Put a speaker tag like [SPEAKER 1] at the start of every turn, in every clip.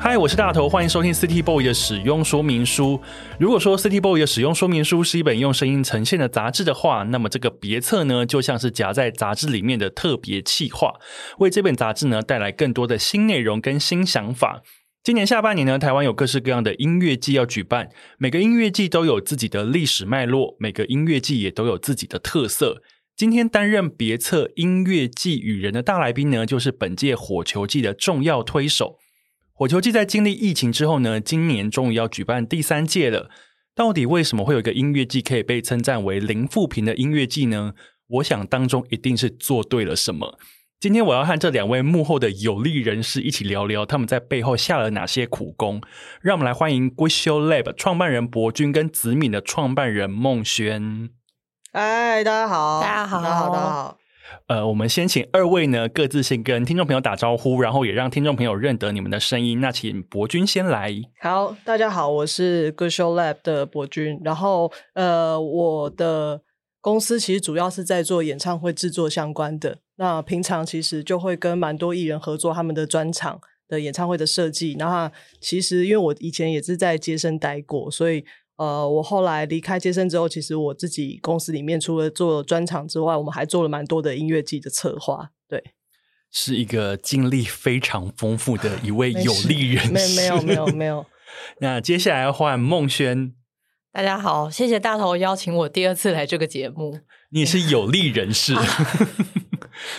[SPEAKER 1] 嗨，我是大头，欢迎收听 City Boy 的使用说明书。如果说 City Boy 的使用说明书是一本用声音呈现的杂志的话，那么这个别册呢，就像是夹在杂志里面的特别企划，为这本杂志呢带来更多的新内容跟新想法。今年下半年呢，台湾有各式各样的音乐季要举办，每个音乐季都有自己的历史脉络，每个音乐季也都有自己的特色。今天担任别册音乐季与人的大来宾呢，就是本届火球季的重要推手。火球季在经历疫情之后呢，今年终于要举办第三届了。到底为什么会有一个音乐季可以被称赞为零负评的音乐季呢？我想当中一定是做对了什么。今天我要和这两位幕后的有力人士一起聊聊，他们在背后下了哪些苦功。让我们来欢迎 Good Show Lab 创办人博君跟子敏的创办人孟轩。
[SPEAKER 2] 哎，大家好，
[SPEAKER 3] 大家好
[SPEAKER 2] 大家好，大家好。
[SPEAKER 1] 呃，我们先请二位呢各自先跟听众朋友打招呼，然后也让听众朋友认得你们的声音。那请博君先来。
[SPEAKER 2] 好，大家好，我是 Good Show Lab 的博君。然后，呃，我的公司其实主要是在做演唱会制作相关的。那平常其实就会跟蛮多艺人合作他们的专场的演唱会的设计。然后，其实因为我以前也是在接生待过，所以呃，我后来离开接生之后，其实我自己公司里面除了做专场之外，我们还做了蛮多的音乐季的策划。对，
[SPEAKER 1] 是一个经历非常丰富的一位有力人士。
[SPEAKER 2] 没没有没有没有。
[SPEAKER 1] 那接下来换孟轩，
[SPEAKER 3] 大家好，谢谢大头邀请我第二次来这个节目，
[SPEAKER 1] 你也是有力人士。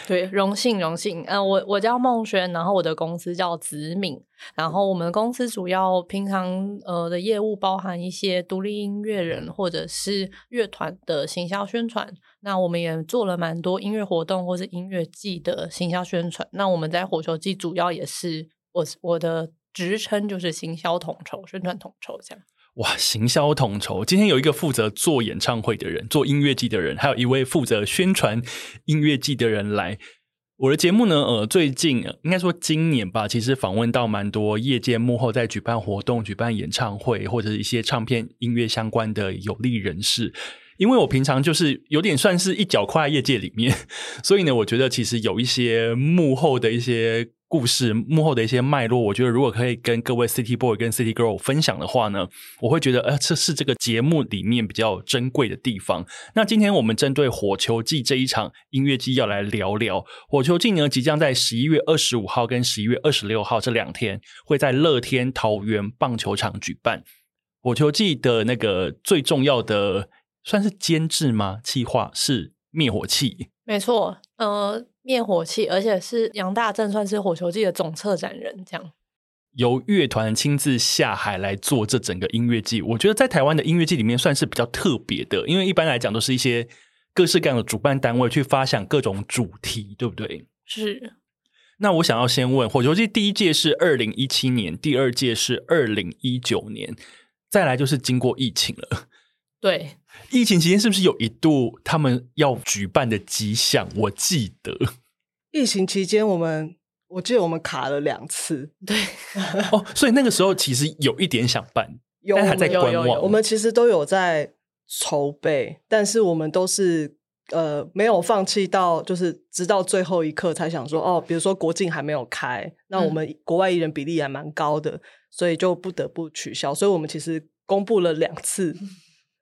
[SPEAKER 3] 对，荣幸荣幸。嗯、我我叫孟轩，然后我的公司叫子敏，然后我们公司主要平常呃的业务包含一些独立音乐人或者是乐团的行销宣传。那我们也做了蛮多音乐活动或是音乐季的行销宣传。那我们在火球季主要也是我我的职称就是行销统筹、宣传统筹这样。
[SPEAKER 1] 哇，行销统筹，今天有一个负责做演唱会的人，做音乐季的人，还有一位负责宣传音乐季的人来。我的节目呢，呃，最近呃应该说今年吧，其实访问到蛮多业界幕后在举办活动、举办演唱会或者是一些唱片音乐相关的有利人士。因为我平常就是有点算是一脚跨在业界里面，所以呢，我觉得其实有一些幕后的一些故事、幕后的一些脉络，我觉得如果可以跟各位 City Boy 跟 City Girl 分享的话呢，我会觉得，呃，这是这个节目里面比较珍贵的地方。那今天我们针对火球季这一场音乐季要来聊聊。火球季呢，即将在十一月二十五号跟十一月二十六号这两天，会在乐天桃园棒球场举办。火球季的那个最重要的算是监制吗？企划是灭火器。
[SPEAKER 3] 没错，呃，灭火器，而且是杨大正算是火球季的总策展人，这样
[SPEAKER 1] 由乐团亲自下海来做这整个音乐季，我觉得在台湾的音乐季里面算是比较特别的，因为一般来讲都是一些各式各样的主办单位去发想各种主题，对不对？
[SPEAKER 3] 是
[SPEAKER 1] 那我想要先问，火球季第一届是二零一七年，第二届是二零一九年，再来就是经过疫情了。
[SPEAKER 3] 对，
[SPEAKER 1] 疫情期间是不是有一度他们要举办的迹象？我记得
[SPEAKER 2] 疫情期间，我们我记得我们卡了两次，
[SPEAKER 1] 哦，所以那个时候其实有一点想办，
[SPEAKER 2] 有
[SPEAKER 1] 但还在
[SPEAKER 3] 有
[SPEAKER 1] 观
[SPEAKER 3] 有有
[SPEAKER 1] 望。
[SPEAKER 2] 我们其实都有在筹备，但是我们都是呃没有放弃到，就是直到最后一刻才想说，哦，比如说国境还没有开，那
[SPEAKER 1] 嗯
[SPEAKER 2] 我们国外艺人比例还蛮高的，所以就不得不取消。所以我们其实公布了两 次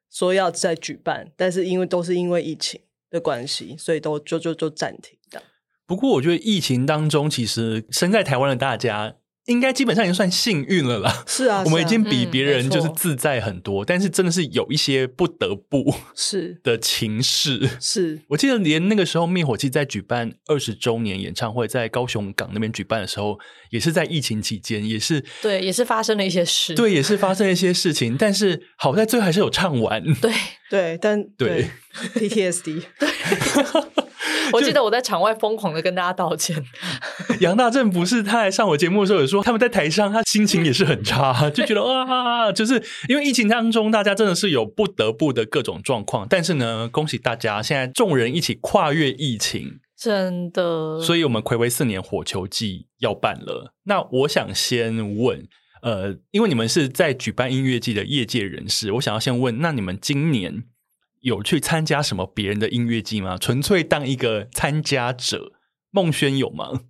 [SPEAKER 2] 说要再举办，但是因为都是因为疫情的关系，所以都就就就暂停的。
[SPEAKER 1] 不过我觉得疫情当中，其实身在台湾的大家，应该基本上已经算幸运了啦。
[SPEAKER 2] 是啊，
[SPEAKER 1] 我们已
[SPEAKER 2] 是啊
[SPEAKER 1] 经比别人
[SPEAKER 3] 嗯没
[SPEAKER 1] 就
[SPEAKER 3] 错
[SPEAKER 1] 是自在很多，但是真的是有一些不得不
[SPEAKER 2] 是
[SPEAKER 1] 的情势。
[SPEAKER 2] 是
[SPEAKER 1] 我记得连那个时候灭火器在举办二十周年演唱会，在高雄港那边举办的时候，也是在疫情期间，也是
[SPEAKER 3] 对，也是发生了一些事，
[SPEAKER 1] 对，也是发生了一些事情，但是好在最后还是有唱完。
[SPEAKER 3] 对，
[SPEAKER 2] 对，但
[SPEAKER 1] 对
[SPEAKER 2] PTSD
[SPEAKER 3] 我记得我在场外疯狂的跟大家道歉，
[SPEAKER 1] 杨大正不是他来上我节目的时候有说，他们在台上他心情也是很差，就觉得啊，就是因为疫情当中，大家真的是有不得不的各种状况。但是呢，恭喜大家，现在众人一起跨越疫情，
[SPEAKER 3] 真的，
[SPEAKER 1] 所以我们暌违四年火球季要办了。那我想先问，呃，因为你们是在举办音乐季的业界人士，我想要先问，那你们今年有去参加什么别人的音乐季吗？纯粹当一个参加者，孟轩有吗？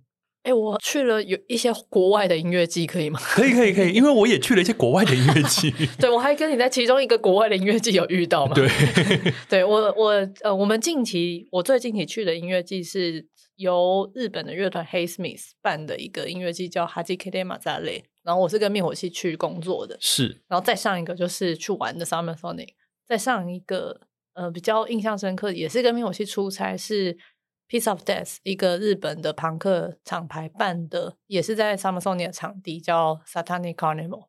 [SPEAKER 3] 哎、我去了有一些国外的音乐季，可以吗？
[SPEAKER 1] 可以，可以， 可以，因为我也去了一些国外的音乐季，
[SPEAKER 3] 对，我还跟你在其中一个国外的音乐季有遇到嘛？
[SPEAKER 1] 对，
[SPEAKER 3] 对我我呃，我们近期我最近期去的音乐季是由日本的乐团 Hey Smith 办的一个音乐季，叫 Haji Kete m a z a l e 然后我是跟灭火器去工作的，
[SPEAKER 1] 是
[SPEAKER 3] 然后再上一个就是去玩的 Summer Sonic，再上一个呃比较印象深刻，也是跟灭火器出差是 Piece of Death 一个日本的朋克厂牌办的，也是在 Summer Sonic 的场地叫 Satanic Carnival，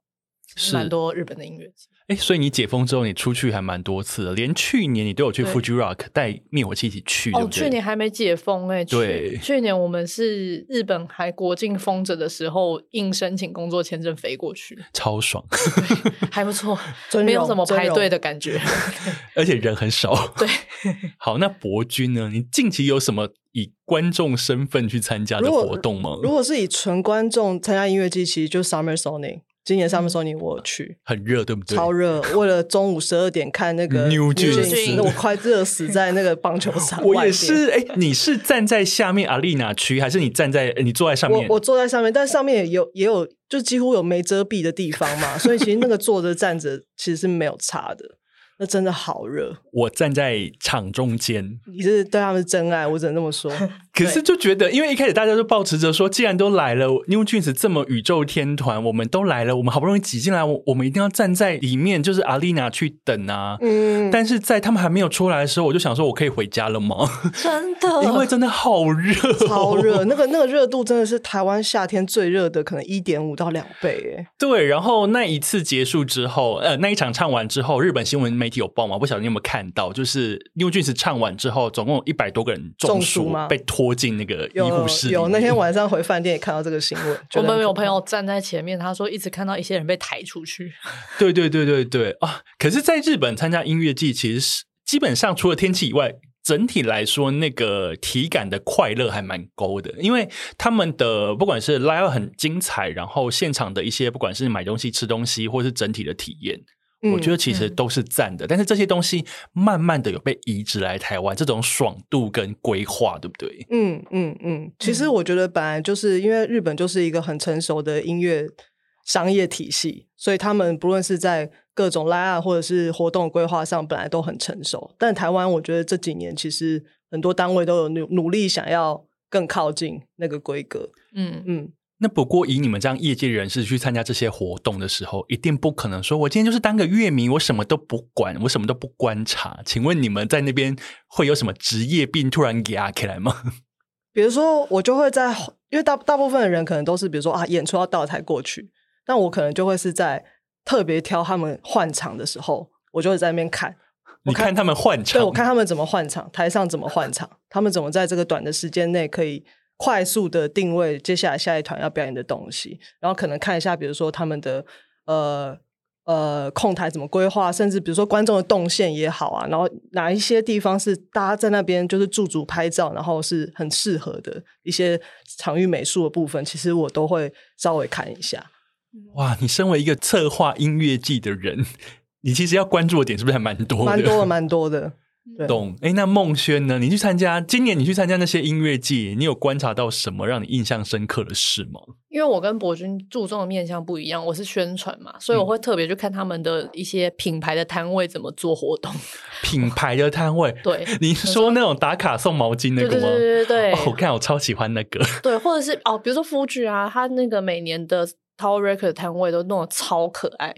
[SPEAKER 1] 是
[SPEAKER 3] 蛮多日本的音乐节。
[SPEAKER 1] 哎，所以你解封之后，你出去还蛮多次的，连去年你都有去
[SPEAKER 3] 对
[SPEAKER 1] Fuji Rock 带灭火器一起去，对
[SPEAKER 3] 哦，
[SPEAKER 1] 不对
[SPEAKER 3] 去年还没解封哎、去
[SPEAKER 1] 对
[SPEAKER 3] 去年我们是日本还国境封着的时候，硬申请工作签证飞过 去，
[SPEAKER 1] 超爽，
[SPEAKER 3] 还不错，
[SPEAKER 2] 尊
[SPEAKER 3] 没有
[SPEAKER 2] 荣
[SPEAKER 3] 什么
[SPEAKER 2] 尊
[SPEAKER 3] 排
[SPEAKER 2] 荣
[SPEAKER 3] 队的感 觉。
[SPEAKER 1] 而且人很少。
[SPEAKER 3] 对，
[SPEAKER 1] 好，那博君呢？你近期有什么以观众身份去参加的
[SPEAKER 2] 如果
[SPEAKER 1] 活动吗？
[SPEAKER 2] 如果是以纯观众参加音乐季，其实就是 Summer Sonic。今年 Summer
[SPEAKER 3] 嗯
[SPEAKER 2] Sonic 我去，
[SPEAKER 1] 很热，对不对？
[SPEAKER 2] 超热，为了中午十二点看那个
[SPEAKER 1] New
[SPEAKER 3] Jeans
[SPEAKER 2] Jeans，那我快热死在那个棒球场。
[SPEAKER 1] 我也。是，哎，你是站在下面阿丽娜区，还是你站在呃你坐在上
[SPEAKER 2] 我
[SPEAKER 1] 面？
[SPEAKER 2] 我坐在上面，但上面也有也有，就几乎有没遮蔽的地方嘛，所以其实那个坐着站着其实是没有差的。那真的好热，
[SPEAKER 1] 我站在场中间，
[SPEAKER 2] 你是对他们是真爱，我只能这 么说。
[SPEAKER 1] 可是就觉得，因为一开始大家都抱持着说，既然都来了，New Jeans 这么宇宙天团，我们都来了，我们好不容易挤进来，我我们一定要站在里面，就是阿丽娜去等啊。
[SPEAKER 2] 嗯，
[SPEAKER 1] 但是在他们还没有出来的时候，我就想说，我可以回家了 吗？
[SPEAKER 3] 真的，
[SPEAKER 1] 因为真的好热、
[SPEAKER 2] 超。 热，那个那个热度真的是台湾夏天最热的，可能一点五到两倍 哎。
[SPEAKER 1] 对，然后那一次结束之后，呃，那一场唱完之后，日本新闻媒体有报嘛？不晓得你有没有看到，就是 New Jeans 唱完之后，总共有一百多个人中
[SPEAKER 2] 中暑吗
[SPEAKER 1] 被拖进那个医
[SPEAKER 2] 有
[SPEAKER 1] 护室里面
[SPEAKER 2] 有，那天晚上回饭店也看到这个新闻，觉
[SPEAKER 3] 我
[SPEAKER 2] 得很
[SPEAKER 3] 们有
[SPEAKER 2] 可怕
[SPEAKER 3] 朋友站在前面，他说一直看到一些人被抬出去，
[SPEAKER 1] 对对对对对啊！可是，在日本参加音乐季，其实是基本上除了天气以外，整体来说那个体感的快乐还蛮高的，因为他们的不管是 live 很精彩，然后现场的一些不管是买东西、吃东西，或是整体的体验。
[SPEAKER 2] 嗯
[SPEAKER 1] 我觉得其实都是赞的，但是这些东西慢慢的有被移植来台湾，这种爽度跟规划，对不对？
[SPEAKER 2] 嗯嗯嗯，其实
[SPEAKER 3] 嗯
[SPEAKER 2] 我觉得本来就是因为日本就是一个很成熟的音乐商业体系，所以他们不论是在各种拉啊或者是活动规划上，本来都很成熟。但台湾我觉得这几年其实很多单位都有努努力想要更靠近那个规格。
[SPEAKER 3] 嗯，
[SPEAKER 2] 嗯，
[SPEAKER 1] 那不过以你们这样业界人士去参加这些活动的时候，一定不可能说我今天就是当个乐迷，我什么都不管，我什么都不观察。请问你们在那边会有什么职业病突然给压起来吗？
[SPEAKER 2] 比如说我就会在，因为大大部分的人可能都是比如说啊演出要到才过去，但我可能就会是在特别挑他们换场的时候，我就会在那边看。
[SPEAKER 1] 你看他们换场，
[SPEAKER 2] 对，我看他们怎么换场，台上怎么换场，他们怎么在这个短的时间内可以快速的定位接下来下一团要表演的东西，然后可能看一下，比如说他们的呃呃控台怎么规划，甚至比如说观众的动线也好啊，然后哪一些地方是大家在那边就是驻足拍照，然后是很适合的一些场域美术的部分，其实我都会稍微看一下。
[SPEAKER 1] 哇！你身为一个策划音乐季的人，你其实要关注的点是不是还蛮多的？
[SPEAKER 2] 蛮多的，蛮多 的。
[SPEAKER 3] 嗯
[SPEAKER 2] 对
[SPEAKER 1] 懂哎，那孟轩呢？你去参加今年你去参加那些音乐季，你有观察到什么让你印象深刻的事吗？
[SPEAKER 3] 因为我跟博君注重的面向不一样，我是宣传嘛，
[SPEAKER 2] 嗯
[SPEAKER 3] 所以我会特别去看他们的一些品牌的摊位怎么做活 动。
[SPEAKER 1] 品牌的摊位，
[SPEAKER 3] 对，
[SPEAKER 1] 你说那种打卡送毛巾那
[SPEAKER 3] 对
[SPEAKER 1] 个
[SPEAKER 3] 对
[SPEAKER 1] 吗？
[SPEAKER 3] 对 对对
[SPEAKER 2] Oh,
[SPEAKER 1] 哦，我看我超喜欢那个，
[SPEAKER 3] 对，或者是哦，比如说 Fuji 啊，他那个每年的 Tower Record 的摊位都弄得超可爱。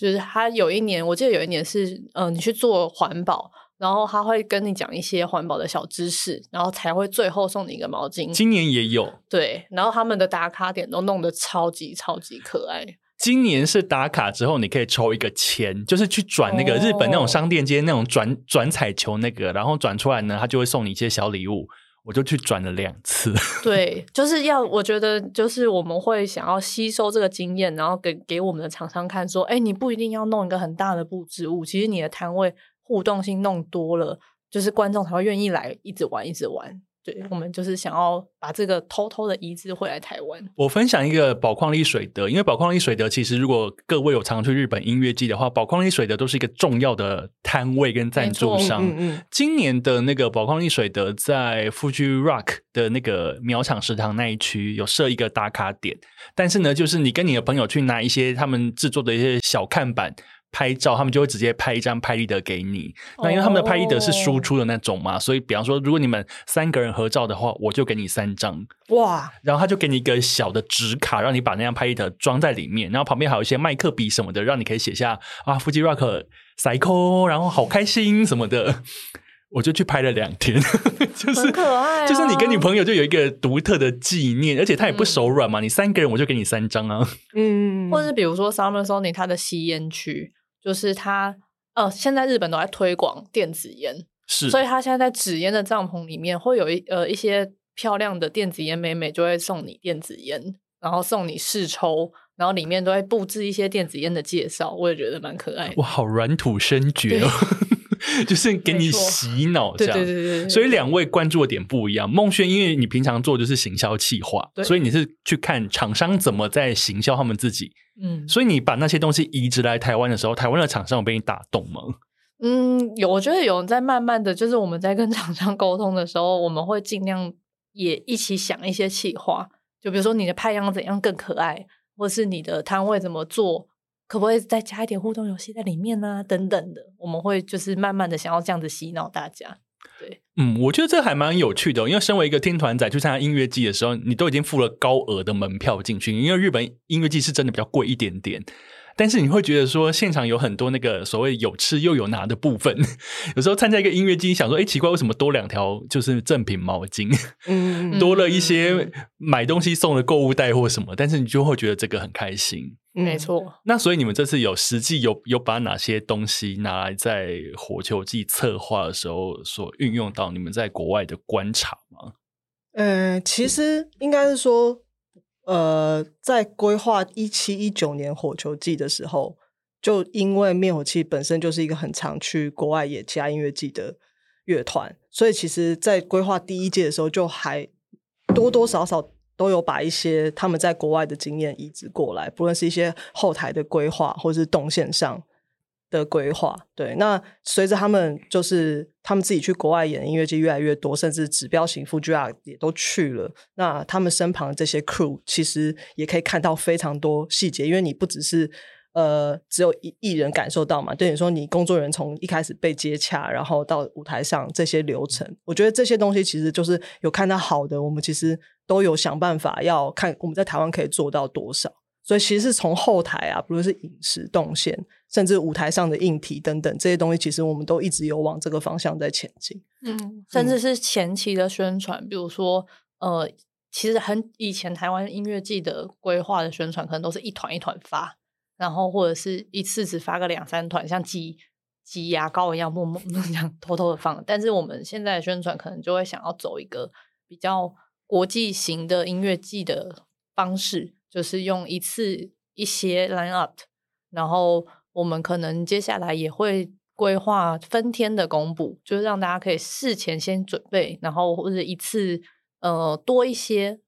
[SPEAKER 3] 就是他有一年，我记得有一年是，呃，你去做环保，然后他会跟你讲一些环保的小知识，然后才会最后送你一个毛巾。
[SPEAKER 1] 今年也有。
[SPEAKER 3] 对，然后他们的打卡点都弄得超级超级可爱。
[SPEAKER 1] 今年是打卡之后，你可以抽一个签，就是去转那个
[SPEAKER 3] 哦
[SPEAKER 1] 日本那种商店街那种转转彩球那个，然后转出来呢，他就会送你一些小礼物。我就去转了两次，
[SPEAKER 3] 对，就是要我觉得就是我们会想要吸收这个经验，然后给给我们的厂商看，说，哎，你不一定要弄一个很大的布置物，其实你的摊位互动性弄多了，就是观众才会愿意来一直玩一直玩。对，我们就是想要把这个偷偷的移植回来台湾。
[SPEAKER 1] 我分享一个宝矿力水德，因为宝矿力水德其实如果各位有常去日本音乐季的话，宝矿力水德都是一个重要的摊位跟赞助商。
[SPEAKER 2] 嗯嗯，
[SPEAKER 1] 今年的那个宝矿力水德在 Fuji Rock 的那个苗场食堂那一区有设一个打卡点，但是呢，就是你跟你的朋友去拿一些他们制作的一些小看板。拍照，他们就会直接拍一张拍立得给你。那因为他们的拍立得是输出的那种嘛，所以比方说，如果你们三个人合照的话，我就给你三张，
[SPEAKER 2] 哇，
[SPEAKER 1] 然后他就给你一个小的纸卡，让你把那张拍立得装在里面，然后旁边还有一些麦克笔什么的，让你可以写下啊，腹肌 rock 塞扣，然后好开心什么的。我就去拍了两天，就是
[SPEAKER 3] 很可爱啊
[SPEAKER 1] 就是你跟你朋友就有一个独特的纪念，而且他也不手软嘛，你三个人我就给你三张啊。
[SPEAKER 2] 嗯，
[SPEAKER 3] 或是比如说 Summer Sonic 它的吸烟区，就是它呃，现在日本都在推广电子烟，
[SPEAKER 1] 是，
[SPEAKER 3] 所以它现在在纸烟的帐篷里面会有一呃一些漂亮的电子烟，美美就会送你电子烟，然后送你试抽，然后里面都会布置一些电子烟的介绍，我也觉得蛮可爱的。
[SPEAKER 1] 哇，好软土深掘哦，就是给你
[SPEAKER 3] 没错
[SPEAKER 1] 洗脑这
[SPEAKER 3] 对
[SPEAKER 1] 样。
[SPEAKER 3] 对对对对，
[SPEAKER 1] 所以两位关注的点不一样。孟轩，因为你平常做就是行销企划，
[SPEAKER 3] 对
[SPEAKER 1] 所以你是去看厂商怎么在行销他们自己。
[SPEAKER 3] 嗯
[SPEAKER 1] 所以你把那些东西移植来台湾的时候，台湾的厂商有被你打动吗？
[SPEAKER 3] 嗯，有，我觉得有人在慢慢的就是我们在跟 厂商沟通的时候，我们会尽量也一起想一些企划，就比如说你的派样怎样更可爱，或是你的摊位怎么做，可不可以再加一点互动游戏在里面呢、等等的，我们会就是慢慢的想要这样子洗脑大家。
[SPEAKER 1] 嗯，我觉得这还蛮有趣的哦，因为身为一个听团仔去参加音乐季的时候，你都已经付了高额的门票进去，因为日本音乐季是真的比较贵一点点。但是你会觉得说，现场有很多那个所谓有吃又有拿的部分。 有时候参加一个音乐季，想说，哎，奇怪，为什么多两条就是正品毛巾？
[SPEAKER 2] 嗯嗯
[SPEAKER 1] 多了一些买东西送的购物袋或什么，但是你就会觉得这个很开心。
[SPEAKER 2] 嗯，
[SPEAKER 3] 没错，
[SPEAKER 1] 那所以你们这次有实际有有把哪些东西拿来在火球季策划的时候所运用到你们在国外的观察吗？
[SPEAKER 2] 呃，其实应该是说，呃，在规划一七一九年火球季的时候，就因为灭火器本身就是一个很常去国外野其他音乐季的乐团，所以其实，在规划第一届的时候，就还多多少少都有把一些他们在国外的经验移植过来，不论是一些后台的规划，或是动线上的规划。对，那随着他们就是他们自己去国外演音乐剧越来越多，甚至指标型 f u j i 也都去了。那他们身旁的这些 crew 其实也可以看到非常多细节，因为你不只是。呃，只有一一人感受到嘛？对你说，你工作人员从一开始被接洽，然后到舞台上这些流程，
[SPEAKER 1] 嗯
[SPEAKER 2] 我觉得这些东西其实就是有看到好的，我们其实都有想办法要看我们在台湾可以做到多少。所以其实是从后台啊，不论是饮食动线，甚至舞台上的硬体等等这些东西，其实我们都一直有往这个方向在前进。
[SPEAKER 3] 嗯，甚至是前期的宣传，比如说呃，其实很以前台湾音乐季的规划的宣传，可能都是一团一团发，然后或者是一次只发个两三团，像挤挤牙膏一样，默默地这 样偷偷的放。但是我们现在的宣传可能就会想要走一个比较国际型的音乐季的方式，就是用一次一些 line up，然后我们可能接下来也会规划分天的公布，就是让大家可以事前先准备，然后或者一次呃多一些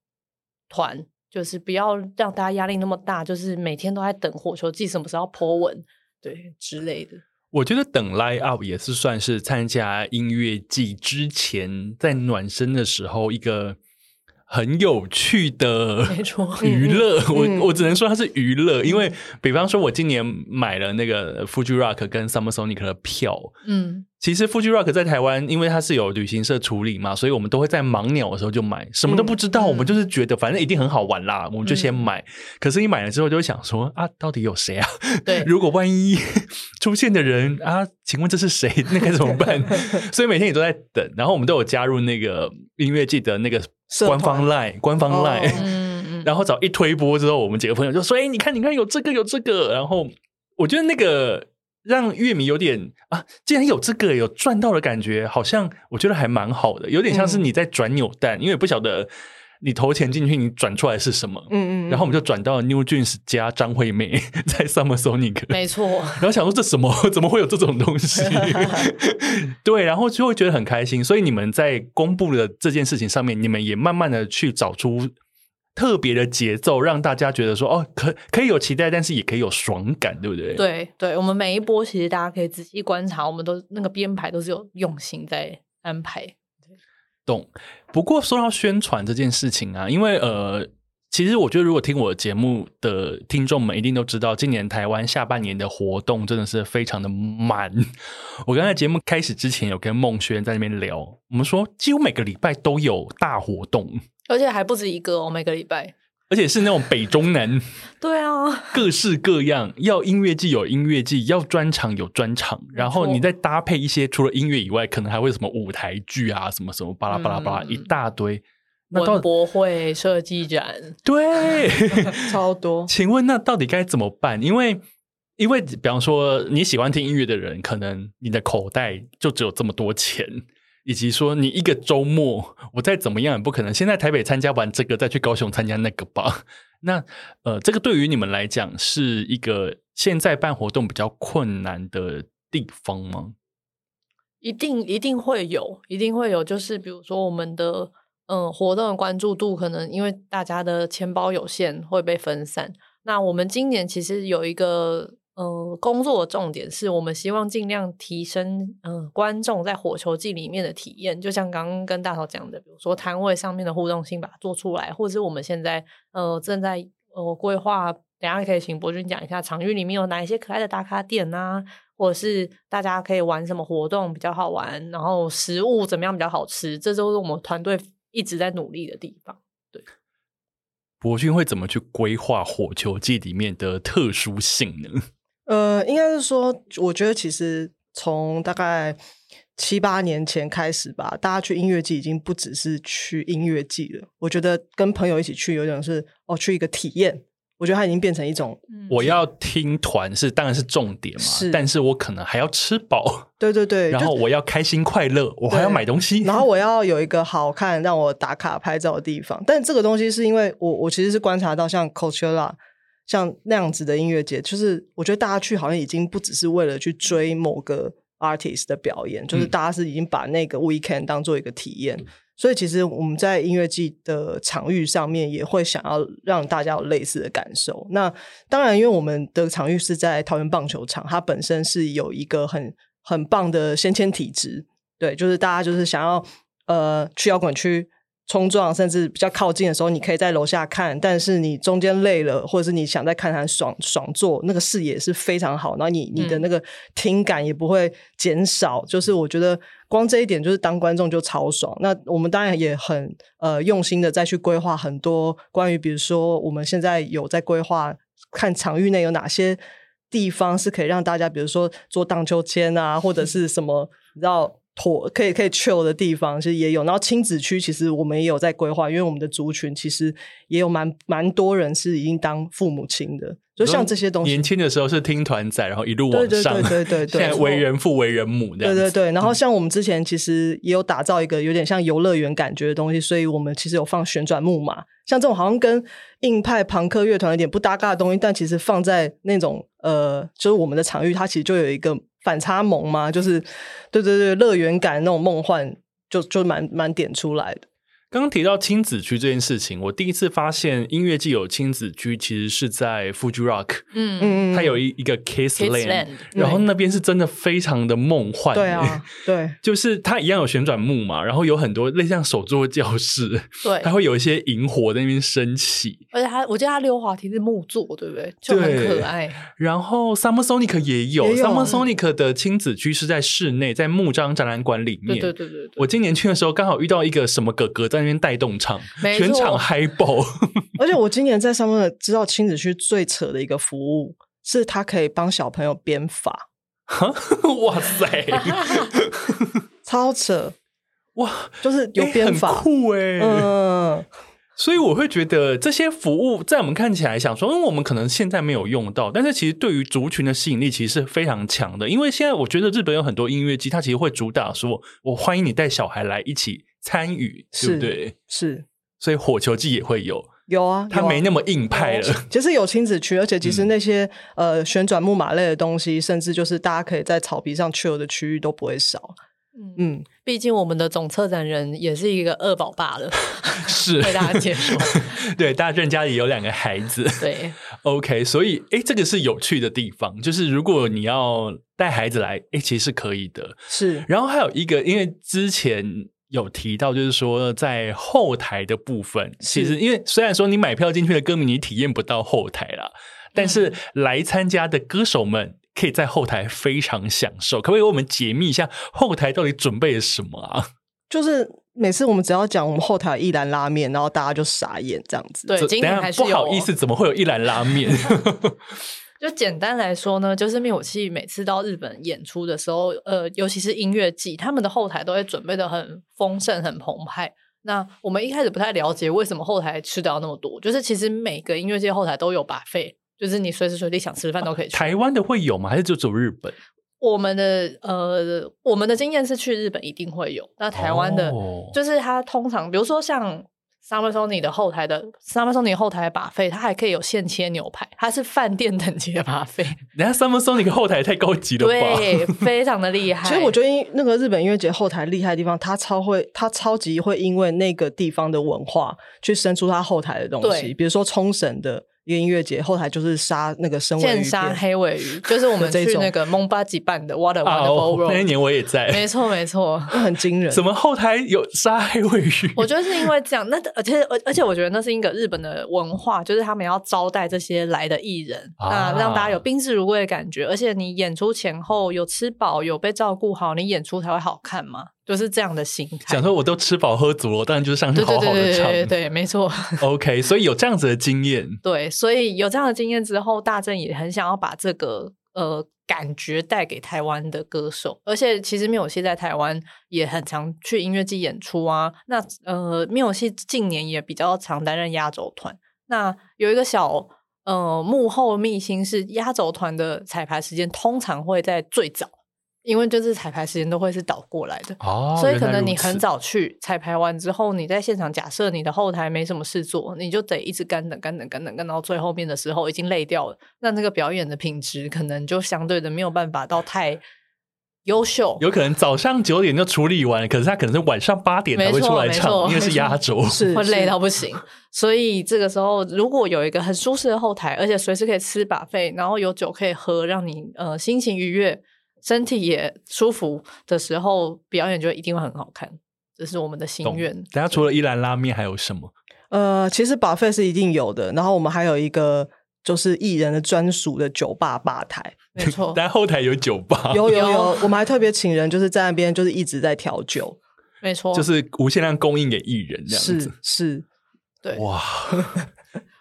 [SPEAKER 3] 团，就是不要让大家压力那么大，就是每天都在等火球季什么时候破文，对之类的。
[SPEAKER 1] 我觉得等 line up 也是算是参加音乐季之前在暖身的时候一个很有趣的
[SPEAKER 3] 没错
[SPEAKER 1] 娱乐。
[SPEAKER 2] 嗯
[SPEAKER 1] 我我只能说它是娱乐，因为比方说，我今年买了那个 Fuji Rock 跟 Summer Sonic 的票，
[SPEAKER 3] 嗯，
[SPEAKER 1] 其实 Fuji Rock 在台湾，因为它是有旅行社处理嘛，所以我们都会在盲鸟的时候就买，什么都不知道，
[SPEAKER 3] 嗯
[SPEAKER 1] 我们就是觉得反正一定很好玩啦，我们就先
[SPEAKER 2] 嗯
[SPEAKER 1] 买。可是，一买了之后就会想说啊，到底有谁啊？
[SPEAKER 3] 对
[SPEAKER 1] 如果万一出现的人啊，请问这是谁？那该怎么 办？所以每天也都在等。然后我们都有加入那个音乐季的那个
[SPEAKER 2] 社
[SPEAKER 1] 官
[SPEAKER 2] 团
[SPEAKER 1] 方 Line，官方
[SPEAKER 2] 哦
[SPEAKER 1] Line，、
[SPEAKER 3] 嗯嗯，
[SPEAKER 1] 然后早一推播之后，我们几个朋友就说：“哎、你看，你看，有这个，有这个。”然后我觉得那个让乐迷有点啊，既然有这个有赚到的感觉，好像我觉得还蛮好的，有点像是你在转扭蛋，因为不晓得你投钱进去，你转出来是什么？
[SPEAKER 2] 嗯嗯，
[SPEAKER 1] 然后我们就转到 New Jeans 加张惠妹在 Summer Sonic，
[SPEAKER 3] 没错，
[SPEAKER 1] 然后想说这什么？ 怎么会有这种东西？ 对，然后就会觉得很开心。所以你们在公布的这件事情上面，你们也慢慢的去找出特别的节奏，让大家觉得说哦，可可以有期待，但是也可以有爽感，对不对？
[SPEAKER 3] 对对，我们每一波其实大家可以仔细观察，我们都那个编排都是有用心在安排。
[SPEAKER 1] 懂。不过说到宣传这件事情啊，因为呃，其实我觉得如果听我节目的听众们一定都知道，今年台湾下半年的活动真的是非常的满。 我刚才节目开始之前有跟孟轩在那边聊，我们说几乎每个礼拜都有大活动，
[SPEAKER 3] 而且还不止一个哦，每个礼拜。
[SPEAKER 1] 而且是那种北中 南
[SPEAKER 3] 对啊，
[SPEAKER 1] 各式各样，要音乐季有音乐季，要专场有专场，然后
[SPEAKER 3] 没错
[SPEAKER 1] 你再搭配一些除了音乐以外，可能还会有什么舞台剧啊，什么什么巴拉巴拉巴拉、
[SPEAKER 3] 嗯
[SPEAKER 1] 一大堆。那到
[SPEAKER 3] 文博会、设计展，
[SPEAKER 1] 对，
[SPEAKER 2] 超多。
[SPEAKER 1] 请问那到底该怎么办？因为因为比方说你喜欢听音乐的人，可能你的口袋就只有这么多钱， 以及说你一个周末，我再怎么样也不可能现在台北参加完这个再去高雄参加那个吧。 那呃，这个对于你们来讲是一个现在办活动比较困难的地方吗？
[SPEAKER 3] 一定一定会有，一定会有，就是比如说我们的嗯活动的关注度，可能因为大家的钱包有限会被分散。那我们今年其实有一个呃工作的重点，是我们希望尽量提升嗯、呃观众在火球季里面的体验，就像刚刚跟大头讲的，比如说摊位上面的互动性把它做出来，或者是我们现在呃正在呃规划。等一下可以请博君讲一下场域里面有哪一些可爱的打卡点啊，或者是大家可以玩什么活动比较好玩，然后食物怎么样比较好吃，这都是我们团队一直在努力的地方。
[SPEAKER 1] 博君会怎么去规划火球季里面的特殊性呢？
[SPEAKER 2] 呃，应该是说，我觉得其实从大概七八年前开始吧，大家去音乐季已经不只是去音乐季了。我觉得跟朋友一起去，有点是哦，去一个体验。我觉得它已经变成一种，
[SPEAKER 3] 嗯
[SPEAKER 1] 我要听团是当然是重点嘛，
[SPEAKER 2] 是
[SPEAKER 1] 但是我可能还要吃饱。
[SPEAKER 2] 对对对，
[SPEAKER 1] 然
[SPEAKER 2] 就
[SPEAKER 1] 后我要开心快乐，我还要买东西。
[SPEAKER 2] 然后我要有一个好看让我打卡拍照的地方。但这个东西是因为我我其实是观察到像 Coachella 像那样子的音乐节，就是我觉得大家去好像已经不只是为了去追某个 artist 的表演，就是
[SPEAKER 1] 嗯
[SPEAKER 2] 大家是已经把那个 weekend 当做一个体验。所以其实我们在音乐季的场域上面也会想要让大家有类似的感受。那当然，因为我们的场域是在桃园棒球场，它本身是有一个很很棒的先签体质，对，就是大家就是想要呃去摇滚区冲撞，甚至比较靠近的时候，你可以在楼下看，但是你中间累了，或者是你想再看它爽爽坐，那个视野是非常好，然后你你的
[SPEAKER 3] 嗯
[SPEAKER 2] 那个听感也不会减少，就是我觉得光这一点就是当观众就超爽。那我们当然也很呃用心的再去规划很多关于比如说我们现在有在规划看场域内有哪些地方是可以让大家，比如说坐荡秋千啊，或者是什么，你知道。妥可以可以 chill 的地方其实也有，然后亲子区其实我们也有在规划，因为我们的族群其实也有蛮蛮多人是已经当父母亲的，就像这些东西
[SPEAKER 1] 年，轻的时候是听团仔，然后一路
[SPEAKER 2] 对
[SPEAKER 1] 往
[SPEAKER 2] 对
[SPEAKER 1] 上，
[SPEAKER 2] 对对对
[SPEAKER 1] 现
[SPEAKER 2] 对，
[SPEAKER 1] 在为人父为人母这样
[SPEAKER 2] 对
[SPEAKER 1] 子。嗯
[SPEAKER 2] 对对，然后像我们之前其实也有打造一个有点像游乐园感觉的东西，所以我们其实有放旋转木马，像这种好像跟硬派朋克乐团有点不搭嘎的东西，但其实放在那种呃，就是我们的场域，它其实就有一个反差萌嘛，就是对对对，乐园感那种梦幻，就就蛮蛮点出来的。
[SPEAKER 1] 刚刚提到亲子区这件事情，我第一次发现音乐季有亲子区，其实是在 Fuji Rock，
[SPEAKER 3] 嗯，
[SPEAKER 2] 嗯，
[SPEAKER 1] 它有一一个 Kiss
[SPEAKER 3] Kids
[SPEAKER 1] Land，嗯
[SPEAKER 3] Land
[SPEAKER 1] 然后那边是真的非常的梦幻。
[SPEAKER 2] 对啊。，对，
[SPEAKER 1] 就是它一样有旋转木马，然后有很多类似像手作教室，
[SPEAKER 3] 对
[SPEAKER 1] 它，会有一些萤火在那边升起。
[SPEAKER 3] 而且他我记得他溜滑梯是木做，对不对？就很
[SPEAKER 1] 对
[SPEAKER 3] 可爱。
[SPEAKER 1] 然后 Summer Sonic 也有
[SPEAKER 2] 也有啊
[SPEAKER 1] Summer Sonic 的亲子区是在室内，在木章展览馆里面。
[SPEAKER 3] 对对对对对，
[SPEAKER 1] 我今年去的时候，刚好遇到一个什么哥哥在那边带动唱，
[SPEAKER 3] 没错
[SPEAKER 1] 全场嗨 爆。
[SPEAKER 2] 而且我今年在上面的知道亲子区最扯的一个服务是，它可以帮小朋友编发，
[SPEAKER 1] 哇 塞，
[SPEAKER 2] 超扯，
[SPEAKER 1] 哇，
[SPEAKER 2] 就是有
[SPEAKER 1] 欸
[SPEAKER 2] 编
[SPEAKER 1] 很
[SPEAKER 2] 法。
[SPEAKER 1] 酷哎、
[SPEAKER 2] 嗯，
[SPEAKER 1] 所以我会觉得这些服务在我们看起来想说，嗯，我们可能现在没有用到，但是其实对于族群的吸引力其实是非常强的。因为现在我觉得日本有很多音乐季，它其实会主打说，我欢迎你带小孩来一起参与，对
[SPEAKER 2] 是
[SPEAKER 1] 不对？
[SPEAKER 2] 是
[SPEAKER 1] 所以火球季也会有，
[SPEAKER 2] 有啊，
[SPEAKER 1] 它
[SPEAKER 2] 有啊
[SPEAKER 1] 没那么硬派 了。
[SPEAKER 2] 其实有亲子区，而且其实那些、呃旋转木马类的东西，甚至就是大家可以在草皮上 chill 的区域都不会少。
[SPEAKER 3] 嗯，
[SPEAKER 2] 嗯，
[SPEAKER 3] 毕竟我们的总策展人也是一个二宝爸了，
[SPEAKER 1] 是
[SPEAKER 3] 被大家接受。
[SPEAKER 1] 对，大正家里有两个孩子
[SPEAKER 3] 对，
[SPEAKER 1] ，OK，所以诶，这个是有趣的地方，就是如果你要带孩子来，诶，其实是可以的。
[SPEAKER 2] 是
[SPEAKER 1] 然后还有一个，因为之前有提到，就是说在后台的部分，其实因为虽然说你买票进去的歌迷你体验不到后台啦，
[SPEAKER 3] 嗯
[SPEAKER 1] 但是来参加的歌手们可以在后台非常享受。可不可以为我们解密一下后台到底准备了什么啊？
[SPEAKER 2] 就是每次我们只要讲我们后台有一兰拉面，然后大家就傻眼这样子。
[SPEAKER 3] 对，
[SPEAKER 1] 这
[SPEAKER 3] 今
[SPEAKER 1] 等
[SPEAKER 3] 年
[SPEAKER 1] 一
[SPEAKER 3] 还
[SPEAKER 1] 下
[SPEAKER 3] 是
[SPEAKER 1] 不
[SPEAKER 3] 有
[SPEAKER 1] 好
[SPEAKER 3] 哦
[SPEAKER 1] 意思，怎么会有一篮拉面？
[SPEAKER 3] 就简单来说呢，就是灭火器每次到日本演出的时候，呃，尤其是音乐季，他们的后台都会准备的很丰盛、很澎湃。那我们一开始不太了解为什么后台吃的要那么多，就是其实每个音乐季后台都有把费，就是你随时随地想吃饭都可以去。
[SPEAKER 1] 哦台湾的会有吗？还是就只有日本？
[SPEAKER 3] 我们的呃，我们的经验是去日本一定会有，那台湾的、
[SPEAKER 1] 哦
[SPEAKER 3] 就是它通常，比如说像 Summer Sony 的后台的 Summer Sony 后台把费，它还可以有现切牛排，它是饭店等级的把费，
[SPEAKER 1] 人家 Summer Sonic 后台太高级了吧？
[SPEAKER 3] 对，非常的 厉害。
[SPEAKER 2] 其实我觉得因那个日本音乐节后台厉害的地方，它超会，它超级会因为那个地方的文化去生出它后台的东西。
[SPEAKER 3] 对
[SPEAKER 2] 比如说冲绳的一个音乐节后台就是杀那个生尾
[SPEAKER 3] 剑
[SPEAKER 2] 鱼
[SPEAKER 3] 杀
[SPEAKER 2] 片，
[SPEAKER 3] 黑尾 鱼，就是我们
[SPEAKER 2] 这
[SPEAKER 3] 去
[SPEAKER 2] 种
[SPEAKER 3] 那个蒙巴吉办的 What a
[SPEAKER 1] 啊，
[SPEAKER 3] Wonderful
[SPEAKER 1] 哦
[SPEAKER 3] World，、
[SPEAKER 1] 那一年我也在。
[SPEAKER 3] 没错没 错。
[SPEAKER 2] 那很惊人。
[SPEAKER 1] 怎么后台有杀黑尾鱼？
[SPEAKER 3] 我觉得是因为这样，那而且而而且我觉得那是一个日本的文化，就是他们要招待这些来的艺人，
[SPEAKER 1] 啊
[SPEAKER 3] 那让大家有宾至如归的感觉。而且你演出前后有吃饱，有被照顾好，你演出才会好看嘛，就是这样的心态
[SPEAKER 1] 想。说我都吃饱喝足了，当然就是上去
[SPEAKER 3] 对对
[SPEAKER 1] 好
[SPEAKER 3] 对
[SPEAKER 1] 好
[SPEAKER 3] 对
[SPEAKER 1] 的
[SPEAKER 3] 对
[SPEAKER 1] 唱。
[SPEAKER 3] 对对，没错，
[SPEAKER 1] OK，所以有这样子的经验，
[SPEAKER 3] 对，所以有这样的经验之后，大正也很想要把这个呃感觉带给台湾的歌手，而且其实灭火器在台湾也很常去音乐季演出啊。那呃，灭火器近年也比较常担任压轴团。那有一个小呃幕后秘辛是，压轴团的彩排时间通常会在最早，因为就是彩排时间都会是倒过来的。
[SPEAKER 1] 哦
[SPEAKER 3] 所以可能你
[SPEAKER 1] 原
[SPEAKER 3] 很，
[SPEAKER 1] 来如
[SPEAKER 3] 早去彩排完之后，你在现场假设你的后台没什么事做，你就得一直干等、干等、干等、干到最后面的时候已经累掉了。那那个表演的品质可能就相对的没有办法到太优秀
[SPEAKER 1] 此。有可能早上九点就处理完，可是他可能是晚上八点才会出来
[SPEAKER 3] 没错没
[SPEAKER 1] 唱，
[SPEAKER 3] 错
[SPEAKER 1] 因为是压轴。
[SPEAKER 2] 是
[SPEAKER 3] 会累
[SPEAKER 2] 是
[SPEAKER 3] 到不行， 所以这个时候如果有一个很舒适的后台，而且随时可以吃把费，然后有酒可以喝，让你呃心情愉悦，身体也舒服的时候，表演就一定会很好看，这是我们的心
[SPEAKER 1] 懂
[SPEAKER 3] 愿。
[SPEAKER 1] 等下除了依兰拉面还有什么？
[SPEAKER 2] 呃，其实把费是一定有的，然后我们还有一个就是艺人的专属的酒吧吧台，
[SPEAKER 3] 没错，
[SPEAKER 1] 但后台有酒吧，
[SPEAKER 2] 有有
[SPEAKER 3] 有
[SPEAKER 2] 有，我们还特别请人就是在那边就是一直在调酒，
[SPEAKER 3] 没错，
[SPEAKER 1] 就是无限量供应给艺人 这样
[SPEAKER 2] 是
[SPEAKER 1] 子。
[SPEAKER 2] 是，
[SPEAKER 3] 对。
[SPEAKER 1] 哇，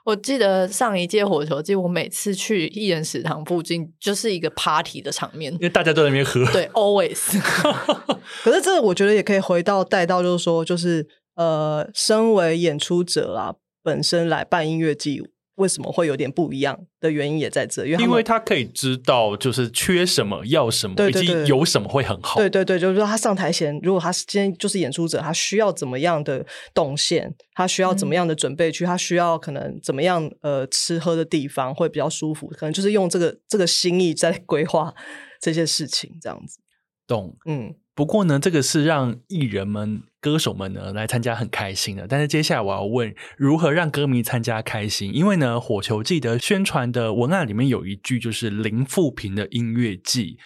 [SPEAKER 3] 我记得上一届火球季，我每次去艺人食堂附近就是一个 party 的场面
[SPEAKER 1] 因，为大家都在那边喝，
[SPEAKER 3] 对，always，
[SPEAKER 2] 可是这个我觉得也可以回到带到，就是说，就是呃，身为演出者啊，本身来办音乐季，为什么会有点不一样的原因也在这，因为他
[SPEAKER 1] 因
[SPEAKER 2] 们
[SPEAKER 1] 为他可以知道就是缺什么、要什么，
[SPEAKER 2] 对对
[SPEAKER 1] 以
[SPEAKER 2] 对
[SPEAKER 1] 及有什么会很好。
[SPEAKER 2] 对对对，就是说他上台前，如果他是今天就是演出者，他需要怎么样的动线，他需要怎么样的准备区，他需要可能怎么样呃吃喝的地方会比较舒服，可能就是用这个这个心意在规划这些事情，这样子，
[SPEAKER 1] 懂。
[SPEAKER 2] 嗯。
[SPEAKER 1] 不过呢，这个是让艺人们、歌手们呢来参加很开心的。但是接下来我要问，如何让歌迷参加开心？因为呢，火球季的宣传的文案里面有一句就是“零负评的音乐季”。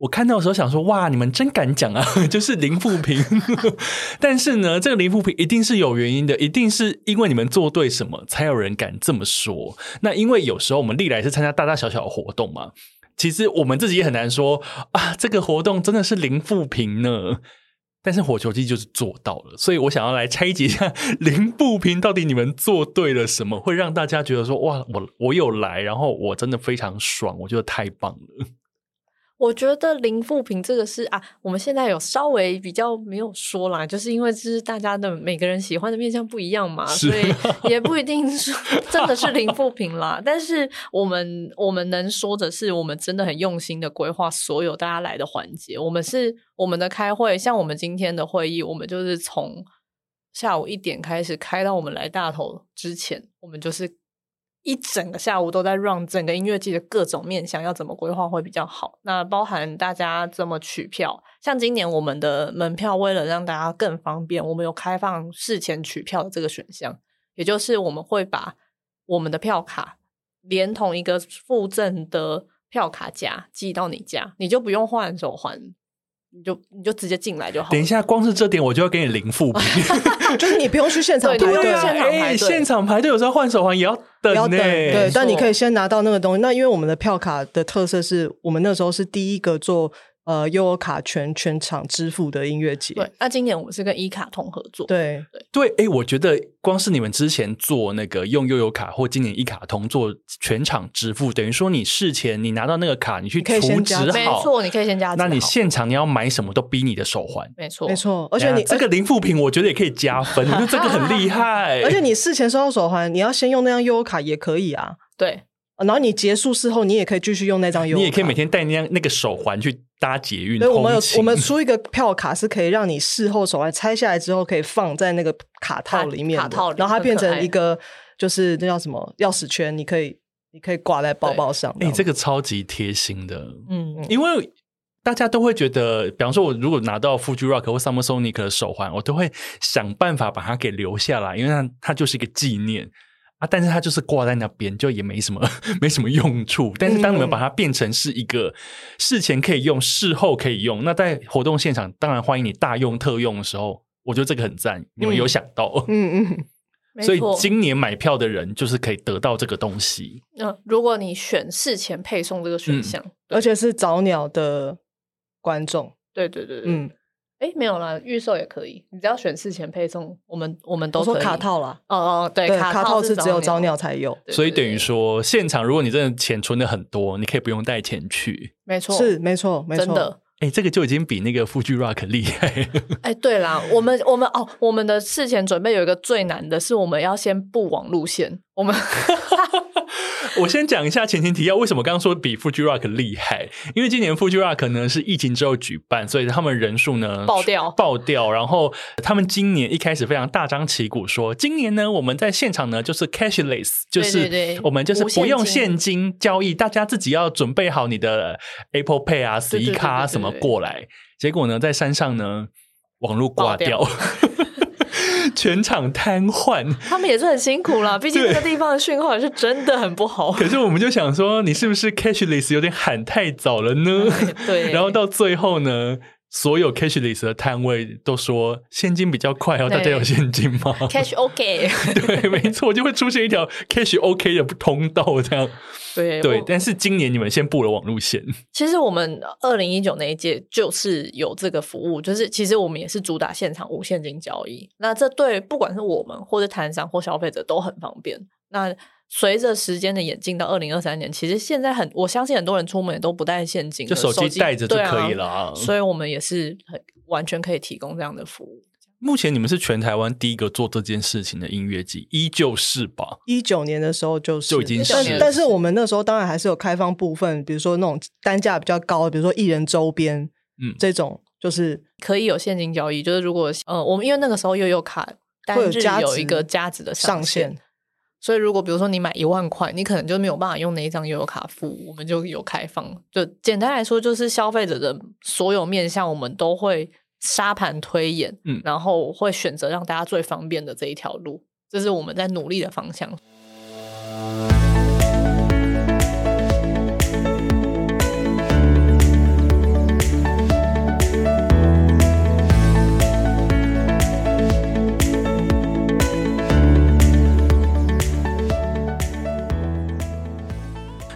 [SPEAKER 1] 我看到的时候想说，哇，你们真敢讲啊！ 就是零负评， 但是呢，这个零负评一定是有原因的，一定是因为你们做对什么，才有人敢这么说。那因为有时候我们历来是参加大大小小的活动嘛，其实我们自己也很难说啊，这个活动真的是零负评呢。但是火球季就是做到了，所以我想要来拆解一下 零负评到底你们做对了什么，会让大家觉得说哇，我我有来，然后我真的非常爽，我觉得太棒了。
[SPEAKER 3] 我觉得零负评这个是啊，我们现在有稍微比较没有说啦，就是因为就是大家的每个人喜欢的面向不一样嘛，
[SPEAKER 1] 是
[SPEAKER 3] 所以 也不一定是真的是零负评啦。但是我们我们能说的是，我们真的很用心的规划所有大家来的环节。我们是我们的开会，像我们今天的会议，我们就是从下午一点开始开到我们来大头之前，我们就是一整个下午都在 run 整个音乐季的各种面向，要怎么规划会比较好。那包含大家怎么取票，像今年我们的门票为了让大家更方便，我们有开放事前取票的这个选项，也就是我们会把我们的票卡连同一个附赠的票卡夹寄到你家，你就不用换手环。你就你就直接进来就好了。
[SPEAKER 1] 等一下，光是这点我就要给你零负评。
[SPEAKER 2] 就是你不用去啊现场排
[SPEAKER 3] 对对啊
[SPEAKER 2] 队
[SPEAKER 3] 对，现场排队
[SPEAKER 1] 哎现场排队有时候换手环也要等
[SPEAKER 2] 不要
[SPEAKER 1] 呢、
[SPEAKER 2] 等，对
[SPEAKER 3] 没，
[SPEAKER 2] 但你
[SPEAKER 3] 错
[SPEAKER 2] 可以先拿到那个东西。那因为我们的票卡的特色是我们那时候是第一个做呃优尔卡全全场支付的音乐节，
[SPEAKER 3] 对，那今年我们是跟一卡通合作，
[SPEAKER 2] 对
[SPEAKER 1] 对，哎，我觉得光是你们之前做那个用悠游卡或今年一卡通做全场支付，等于说你事前你拿到那个卡，你去
[SPEAKER 2] 你可以先
[SPEAKER 1] 储值
[SPEAKER 2] 加
[SPEAKER 1] 好，
[SPEAKER 3] 没错，你可以先加字号。
[SPEAKER 1] 那你现场你要买什么都逼你的手环。
[SPEAKER 3] 没错
[SPEAKER 2] 没，错。而且你
[SPEAKER 1] 等一下这个零负评，我觉得也可以加 分，我觉得这个很厉害。
[SPEAKER 2] 而且你事前收到手环，你要先用那张优卡也可以啊。
[SPEAKER 3] 对
[SPEAKER 2] 然后你结束事后，你也可以继续用那张优卡。
[SPEAKER 1] 你也可以每天带那样那个手环去搭捷运
[SPEAKER 2] 对，我们有
[SPEAKER 1] 通勤
[SPEAKER 2] 我们出一个票卡，是可以让你事后手环拆下来之后，可以放在那个卡套里面的，
[SPEAKER 3] 卡套里
[SPEAKER 2] 然后它
[SPEAKER 3] 很可
[SPEAKER 2] 变成
[SPEAKER 3] 爱
[SPEAKER 2] 一个就是那叫什么钥匙圈，你可以你可以挂在包包上。
[SPEAKER 1] 哎、
[SPEAKER 2] 样
[SPEAKER 1] 这个超级贴心的，
[SPEAKER 3] 嗯，嗯
[SPEAKER 1] 因为大家都会觉得，比方说，我如果拿到 Fuji Rock 或 Summer Sonic 的手环，我都会想办法把它给留下来，因为它它就是一个纪念啊。但是它就是挂在那边，就也没什么 没什么用处。但是当你们把它变成是一个事前可以用、事后可以用，那在活动现场当然欢迎你大用特用的时候，我觉得这个很赞，你们有想到。
[SPEAKER 2] 嗯嗯，
[SPEAKER 3] 没
[SPEAKER 1] 所以
[SPEAKER 3] 错。
[SPEAKER 1] 今年买票的人就是可以得到这个东西，
[SPEAKER 3] 嗯，如果你选事前配送这个选项，
[SPEAKER 2] 而且是早鸟的观众，
[SPEAKER 3] 对对对对，
[SPEAKER 2] 嗯，
[SPEAKER 3] 哎，没有啦，预售也可以，你只要选事前配送，我们我们都
[SPEAKER 2] 我说
[SPEAKER 3] 可以
[SPEAKER 2] 卡，套啦，
[SPEAKER 3] 哦哦，对，
[SPEAKER 2] 对，
[SPEAKER 3] 卡
[SPEAKER 2] 卡套是只有
[SPEAKER 3] 早
[SPEAKER 2] 早鸟，才有，
[SPEAKER 3] 对
[SPEAKER 1] 所以
[SPEAKER 3] 对
[SPEAKER 1] 等于
[SPEAKER 3] 对
[SPEAKER 1] 说，现场如果你真的钱存的很多，你可以不用带钱去。
[SPEAKER 3] 没错，
[SPEAKER 2] 是没错没错，
[SPEAKER 3] 真的。
[SPEAKER 1] 哎、这个就已经比那个富居 Rock 厉害了。
[SPEAKER 3] 哎，对啦，我们我们哦，我们的事前准备有一个最难的是，我们要先布网路线，我们
[SPEAKER 1] 我先讲一下前情提要，为什么刚刚说比富居 Rock 厉害？因为今年富居 Rock 呢是疫情之后举办，所以他们人数呢
[SPEAKER 3] 爆掉
[SPEAKER 1] 爆掉。然后他们今年一开始非常大张旗鼓说，今年呢我们在现场呢就是 cashless，就是
[SPEAKER 3] 对对
[SPEAKER 1] 我们就是不用
[SPEAKER 3] 无
[SPEAKER 1] 现
[SPEAKER 3] 现金
[SPEAKER 1] 金交易，大家自己要准备好你的 Apple Pay 啊、十
[SPEAKER 3] 对
[SPEAKER 1] 一
[SPEAKER 3] 对对
[SPEAKER 1] 卡啊
[SPEAKER 3] 对对
[SPEAKER 1] 什么
[SPEAKER 3] 对
[SPEAKER 1] 过来。结果呢，在山上呢网络挂
[SPEAKER 3] 爆掉
[SPEAKER 1] 掉 全场瘫痪。
[SPEAKER 3] 他们也是很辛苦啦，毕竟
[SPEAKER 1] 对
[SPEAKER 3] 那个地方的讯号也是真的很不 好。
[SPEAKER 1] 可是我们就想说，你是不是 cashless 有点喊太早了呢？
[SPEAKER 3] 对，
[SPEAKER 1] 然后到最后呢，所有 cashless 的摊位都说现金比较快哦，
[SPEAKER 3] 对
[SPEAKER 1] 大家有现金吗？
[SPEAKER 3] cash OK，
[SPEAKER 1] 对，没错，就会出现一条 cash OK 的通道这样。
[SPEAKER 3] 对
[SPEAKER 1] 对，
[SPEAKER 3] 我
[SPEAKER 1] 但是今年你们先布了网路线，
[SPEAKER 3] 其实我们二零一九那一届就是有这个服务，就是其实我们也是主打现场无现金交易。那这对不管是我们或是摊商或消费者都很方便。那随着时间的演进，到二零二三年，其实现在很我相信很多人出门也都不带现金了，
[SPEAKER 1] 就手机带着就
[SPEAKER 3] 对啊
[SPEAKER 1] 可以了啊。
[SPEAKER 3] 所以我们也是很完全可以提供这样的服务。
[SPEAKER 1] 目前你们是全台湾第一个做这件事情的音乐季，依旧是吧？
[SPEAKER 2] 一九年的时候就是
[SPEAKER 1] 就已经
[SPEAKER 2] 但
[SPEAKER 3] 是
[SPEAKER 2] 但是我们那时候当然还是有开放部分，比如说那种单价比较高的，比如说艺人周边，
[SPEAKER 1] 嗯
[SPEAKER 2] 这种就是
[SPEAKER 3] 可以有现金交易，就是如果呃，我们因为那个时候又有卡单
[SPEAKER 2] 会有
[SPEAKER 3] 日
[SPEAKER 2] 加
[SPEAKER 3] 有
[SPEAKER 2] 值
[SPEAKER 3] 一个价值的
[SPEAKER 2] 上
[SPEAKER 3] 限
[SPEAKER 2] 限，。
[SPEAKER 3] 所以如果比如说你买一万块，你可能就没有办法用那一张悠游卡付，我们就有开放。就简单来说，就是消费者的所有面向，我们都会沙盘推演，
[SPEAKER 1] 嗯
[SPEAKER 3] 然后会选择让大家最方便的这一条路，这是我们在努力的方向。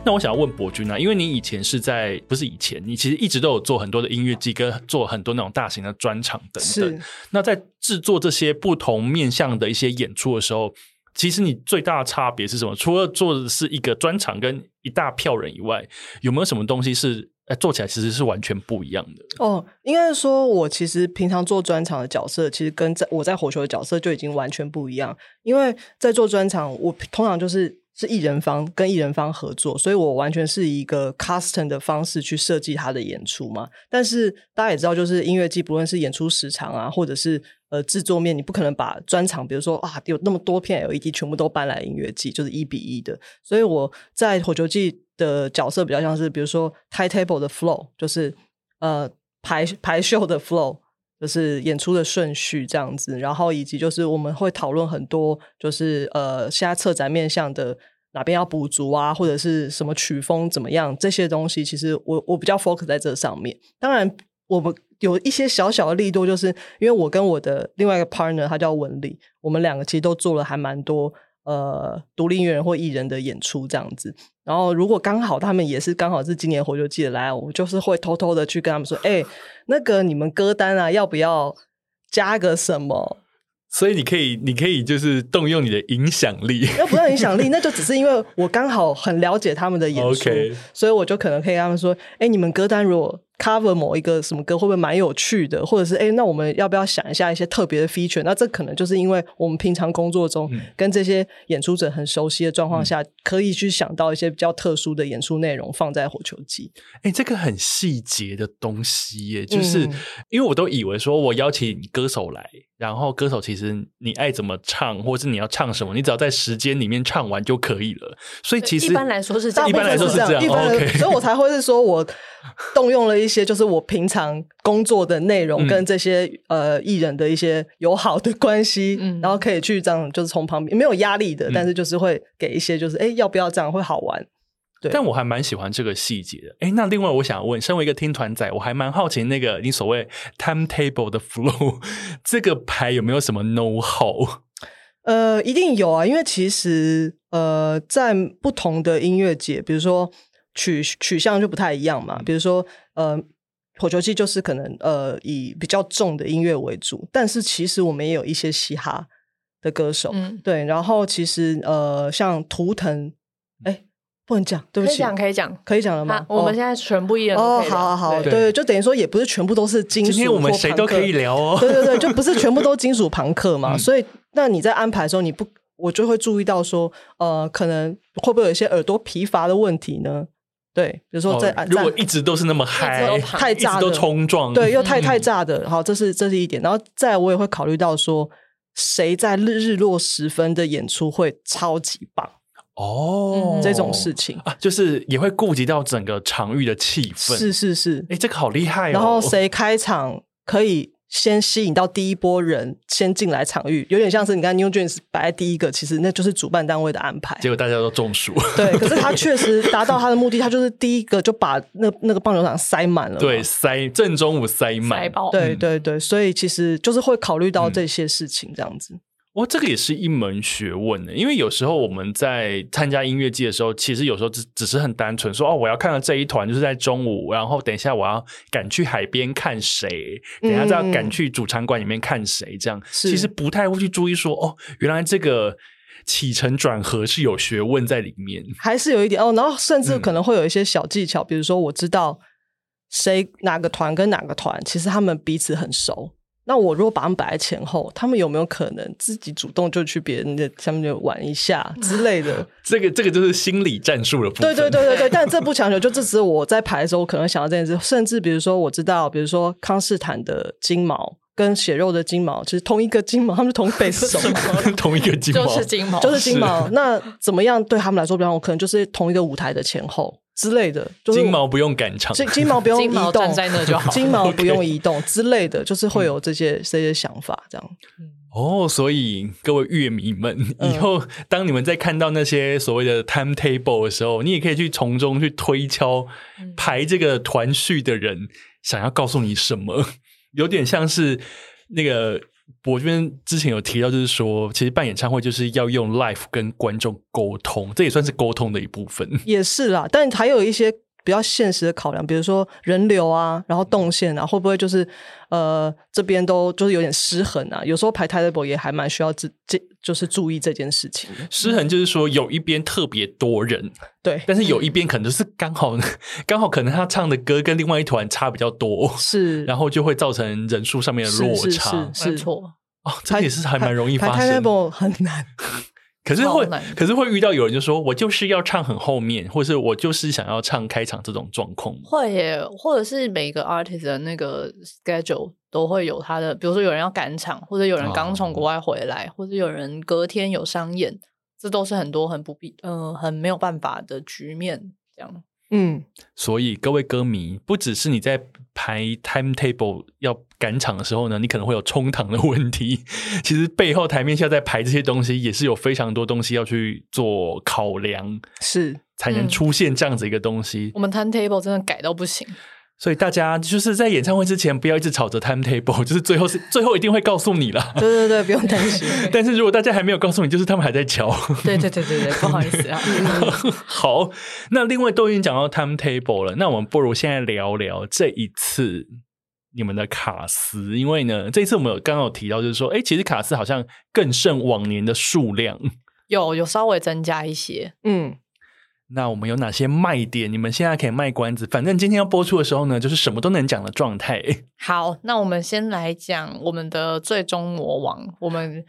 [SPEAKER 1] 那我想要问博君啊，因为你以前是在不是以前，你其实一直都有做很多的音乐季，跟做很多那种大型的专场等等
[SPEAKER 2] 是。
[SPEAKER 1] 那在制作这些不同面向的一些演出的时候，其实你最大的差别是什么？除了做的是一个专场跟一大票人以外，有没有什么东西是呃做起来其实是完全不一样的？
[SPEAKER 2] 哦，应该是说，我其实平常做专场的角色，其实跟在我在火球的角色就已经完全不一样。因为在做专场，我通常就是是艺人方跟艺人方合作，所以我完全是以一个 custom 的方式去设计他的演出嘛。但是大家也知道，就是音乐季，不论是演出时长啊，或者是呃制作面，你不可能把专场，比如说啊有那么多片 LED 全部都搬来音乐季，就是一比一的。所以我在火球季的角色比较像是，比如说 timetable 的 flow，就是呃排排秀的 flow。就是演出的顺序这样子，然后以及就是我们会讨论很多，就是呃，现在策展面向的哪边要补足啊，或者是什么曲风怎么样这些东西，其实我我比较 focus 在这上面。当然，我们有一些小小的力度，就是因为我跟我的另外一个 partner，他叫文丽，我们两个其实都做了还蛮多呃独立音乐人或艺人的演出这样子。然后，如果刚好他们也是刚好是今年活就记得来，我就是会偷偷的去跟他们说，哎、那个你们歌单啊，要不要加个什么？
[SPEAKER 1] 所以你可以，你可以就是动用你的影响力。
[SPEAKER 2] 要不要 影响力？那就只是因为我刚好很了解他们的演出
[SPEAKER 1] OK
[SPEAKER 2] 所以我就可能可以跟他们说，哎、你们歌单如果 cover 某一个什么歌，会不会蛮有趣的？或者是哎、那我们要不要想一下一些特别的 feature？那这可能就是因为我们平常工作中
[SPEAKER 1] 嗯
[SPEAKER 2] 跟这些演出者很熟悉的状况下，可以去想到一些比较特殊的演出内容放在火球季。
[SPEAKER 1] 哎、这个很细节的东西耶，就是、
[SPEAKER 2] 嗯
[SPEAKER 1] 因为我都以为说我邀请歌手来，然后歌手其实你爱怎么唱，或是你要唱什么，你只要在时间里面唱完就可以了。所以其实
[SPEAKER 3] 一般来说是这样
[SPEAKER 1] 一般来说是这样。
[SPEAKER 2] 一般来
[SPEAKER 1] OK，
[SPEAKER 2] 所以我才会是说我动用了一些就是我平常工作的内容
[SPEAKER 1] 嗯
[SPEAKER 2] 跟这些、呃艺人的一些友好的关系，
[SPEAKER 3] 嗯
[SPEAKER 2] 然后可以去这样就是从旁边没有压力的，
[SPEAKER 1] 嗯
[SPEAKER 2] 但是就是会给一些就是哎、诶要不要这样会好玩，对
[SPEAKER 1] 但我还蛮喜欢这个细节的。哎，那另外我想问，身为一个听团仔，我还蛮好奇那个你所谓 timetable 的 flow 这个牌有没有什么 know how？
[SPEAKER 2] 呃，一定有啊，因为其实呃，在不同的音乐节，比如说取取向就不太一样嘛。比如说呃，火球季就是可能呃以比较重的音乐为主，但是其实我们也有一些嘻哈的歌手，
[SPEAKER 1] 哦
[SPEAKER 3] 嗯，
[SPEAKER 2] 对。然后其实呃，像图腾，哎，不能讲，对
[SPEAKER 3] 可
[SPEAKER 2] 不
[SPEAKER 3] 以
[SPEAKER 2] 起，
[SPEAKER 3] 讲可以讲。
[SPEAKER 2] 可以讲了吗
[SPEAKER 3] 啊？我们
[SPEAKER 2] 哦
[SPEAKER 3] 现在全部一人都
[SPEAKER 2] 哦
[SPEAKER 3] 可以，
[SPEAKER 2] 好
[SPEAKER 3] 聊
[SPEAKER 2] 好好，
[SPEAKER 3] 对
[SPEAKER 1] 对
[SPEAKER 2] 对，就等于说也不是全部都是金属，
[SPEAKER 1] 今天我们谁都可以。聊哦。
[SPEAKER 2] 对对对，就不是全部都金属朋克 嘛，
[SPEAKER 1] 嗯
[SPEAKER 2] 所以那你在安排的时候，你不我就会注意到说，呃，可能会不会有一些耳朵疲乏的问题呢？对，比如说啊在、
[SPEAKER 1] 哦
[SPEAKER 2] 安
[SPEAKER 1] 如果一直都是那么嗨
[SPEAKER 3] 一直都，
[SPEAKER 2] 太
[SPEAKER 1] 一直
[SPEAKER 2] 炸
[SPEAKER 1] 都
[SPEAKER 2] 了
[SPEAKER 1] 冲撞，
[SPEAKER 2] 对又太
[SPEAKER 1] 嗯
[SPEAKER 2] 太炸的，好，这是这是一点，然后再来我也会考虑到说，谁在日日落时分的演出会超级棒、
[SPEAKER 1] 哦，
[SPEAKER 2] 嗯这种事情，
[SPEAKER 1] 啊，就是也会顾及到整个场域的气氛。
[SPEAKER 2] 是，是是，
[SPEAKER 1] 哎，这个好厉害哦。
[SPEAKER 2] 然后谁开场可以先吸引到第一波人先进来场域，有点像是你看 New Jeans 摆在第一个，其实那就是主办单位的安 排。
[SPEAKER 1] 结果大家都中暑。
[SPEAKER 2] 对，可是他确实达到他的目的，他就是第一个就把那那个棒球场塞满了 嘛。
[SPEAKER 1] 对，塞正中午塞满
[SPEAKER 3] 塞，爆，
[SPEAKER 2] 对
[SPEAKER 1] 嗯
[SPEAKER 2] 对对，所以其实就是会考虑到这些事情，这样子。
[SPEAKER 1] 哇，这个也是一门学问呢。因为有时候我们在参加音乐季的时候，其实有时候只只是很单纯说哦，我要看到这一团就是在中午，然后等一下我要赶去海边看谁，等一下再要赶去主场馆里面看谁，这样
[SPEAKER 2] 嗯是
[SPEAKER 1] 其实不太会去注意说哦，原来这个起承转合是有学问在里面。
[SPEAKER 2] 还是有一点哦，然后甚至
[SPEAKER 1] 嗯
[SPEAKER 2] 可能会有一些小技巧，比如说我知道谁哪个团跟哪个团，其实他们彼此很熟。那我如果把他们摆在前后，他们有没有可能自己主动就去别人的下面就玩一下之 类的？
[SPEAKER 1] 这个这个就是心理战术的部
[SPEAKER 2] 对
[SPEAKER 1] 分。
[SPEAKER 2] 对对对对，但这不强求，就这只是我在排的时候我可能想到这件事，甚至比如说我知道，比如说康斯坦的金毛跟血肉的金毛，其实同一个金毛，他们是同 辈手，
[SPEAKER 1] 对， 同一个金
[SPEAKER 3] 就
[SPEAKER 1] 毛
[SPEAKER 3] 是金毛，
[SPEAKER 2] 就是金毛。那怎么样对他们来说比较好？可能就是同一个舞台的前后之类的，就是
[SPEAKER 1] 金毛不用赶场，
[SPEAKER 2] 金金毛不用移
[SPEAKER 3] 金毛
[SPEAKER 2] 动，
[SPEAKER 3] 站在那就好
[SPEAKER 2] 金毛不用移动之类的，就是会
[SPEAKER 1] 嗯
[SPEAKER 2] 有这些这些想法这样。
[SPEAKER 1] 哦，所以各位乐迷们，以后当你们在看到那些所谓的 timetable 的时候，你也可以去从中去推敲排这个团序的人想要告诉你什么， 有点像是那个。我这边之前有提到，就是说，其实办演唱会就是要用 l i f e 跟观众沟通，这也算是沟通的一部分。
[SPEAKER 2] 也是啦，但还有一些比较现实的考量，比如说人流啊，然后动线啊，会不会就是呃这边都就是有点失衡啊？有时候排 timetable 也还蛮需要这这就是注意这件事情的。
[SPEAKER 1] 失衡就是说，有一边特别多人，
[SPEAKER 2] 对，
[SPEAKER 1] 但是有一边可能就是刚好 刚好可能他唱的歌跟另外一团差比较多，
[SPEAKER 2] 是，
[SPEAKER 1] 然后就会造成人数上面的落
[SPEAKER 2] 是是
[SPEAKER 1] 差。
[SPEAKER 2] 是
[SPEAKER 3] 没错，
[SPEAKER 1] 哦，这也是还蛮容易
[SPEAKER 2] 排
[SPEAKER 1] 发生。
[SPEAKER 2] timetable 很难。
[SPEAKER 1] 可是会
[SPEAKER 3] 超难，
[SPEAKER 1] 可是会遇到有人就说我就是要唱很后面，或是我就是想要唱开场这种状况吗？
[SPEAKER 3] 会耶，或者是每个 artist 的那个 schedule 都会有他的，比如说有人要赶场，或者有人刚从
[SPEAKER 1] 哦
[SPEAKER 3] 国外回来，或者有人隔天有商演，这都是很多很不必，嗯、很没有办法的局面。这样，
[SPEAKER 2] 嗯，
[SPEAKER 1] 所以各位歌迷，不只是你在排 timetable 要赶场的时候呢，你可能会有冲堂的问题。 其实背后台面下在排这些东西，也是有非常多东西要去做考量，
[SPEAKER 2] 是
[SPEAKER 1] 才能
[SPEAKER 3] 嗯
[SPEAKER 1] 出现这样子一个东西。
[SPEAKER 3] 我们 timetable 真的改到不行。
[SPEAKER 1] 所以大家就是在演唱会之前，不要一直吵着 timetable，就是最后是最后一定会告诉你了。
[SPEAKER 2] 对对对，不用担 心。
[SPEAKER 1] 但是如果大家还没有告诉你，就是他们还在瞧。
[SPEAKER 3] 对对对对对，不好意思啊。
[SPEAKER 1] 好，那另外都已经讲到 timetable 了，那我们不如现在聊聊这一次你们的卡斯，因为呢，这一次我们有刚刚有提到，就是说，哎、其实卡斯好像更胜往年的数量。
[SPEAKER 3] 有有稍微增加一些，
[SPEAKER 2] 嗯，
[SPEAKER 1] 那我们有哪些卖点？你们现在可以卖关子，反正今天要播出的时候呢，就是什么都能讲的状态。
[SPEAKER 3] 好，那我们先来讲我们的最终魔王，我们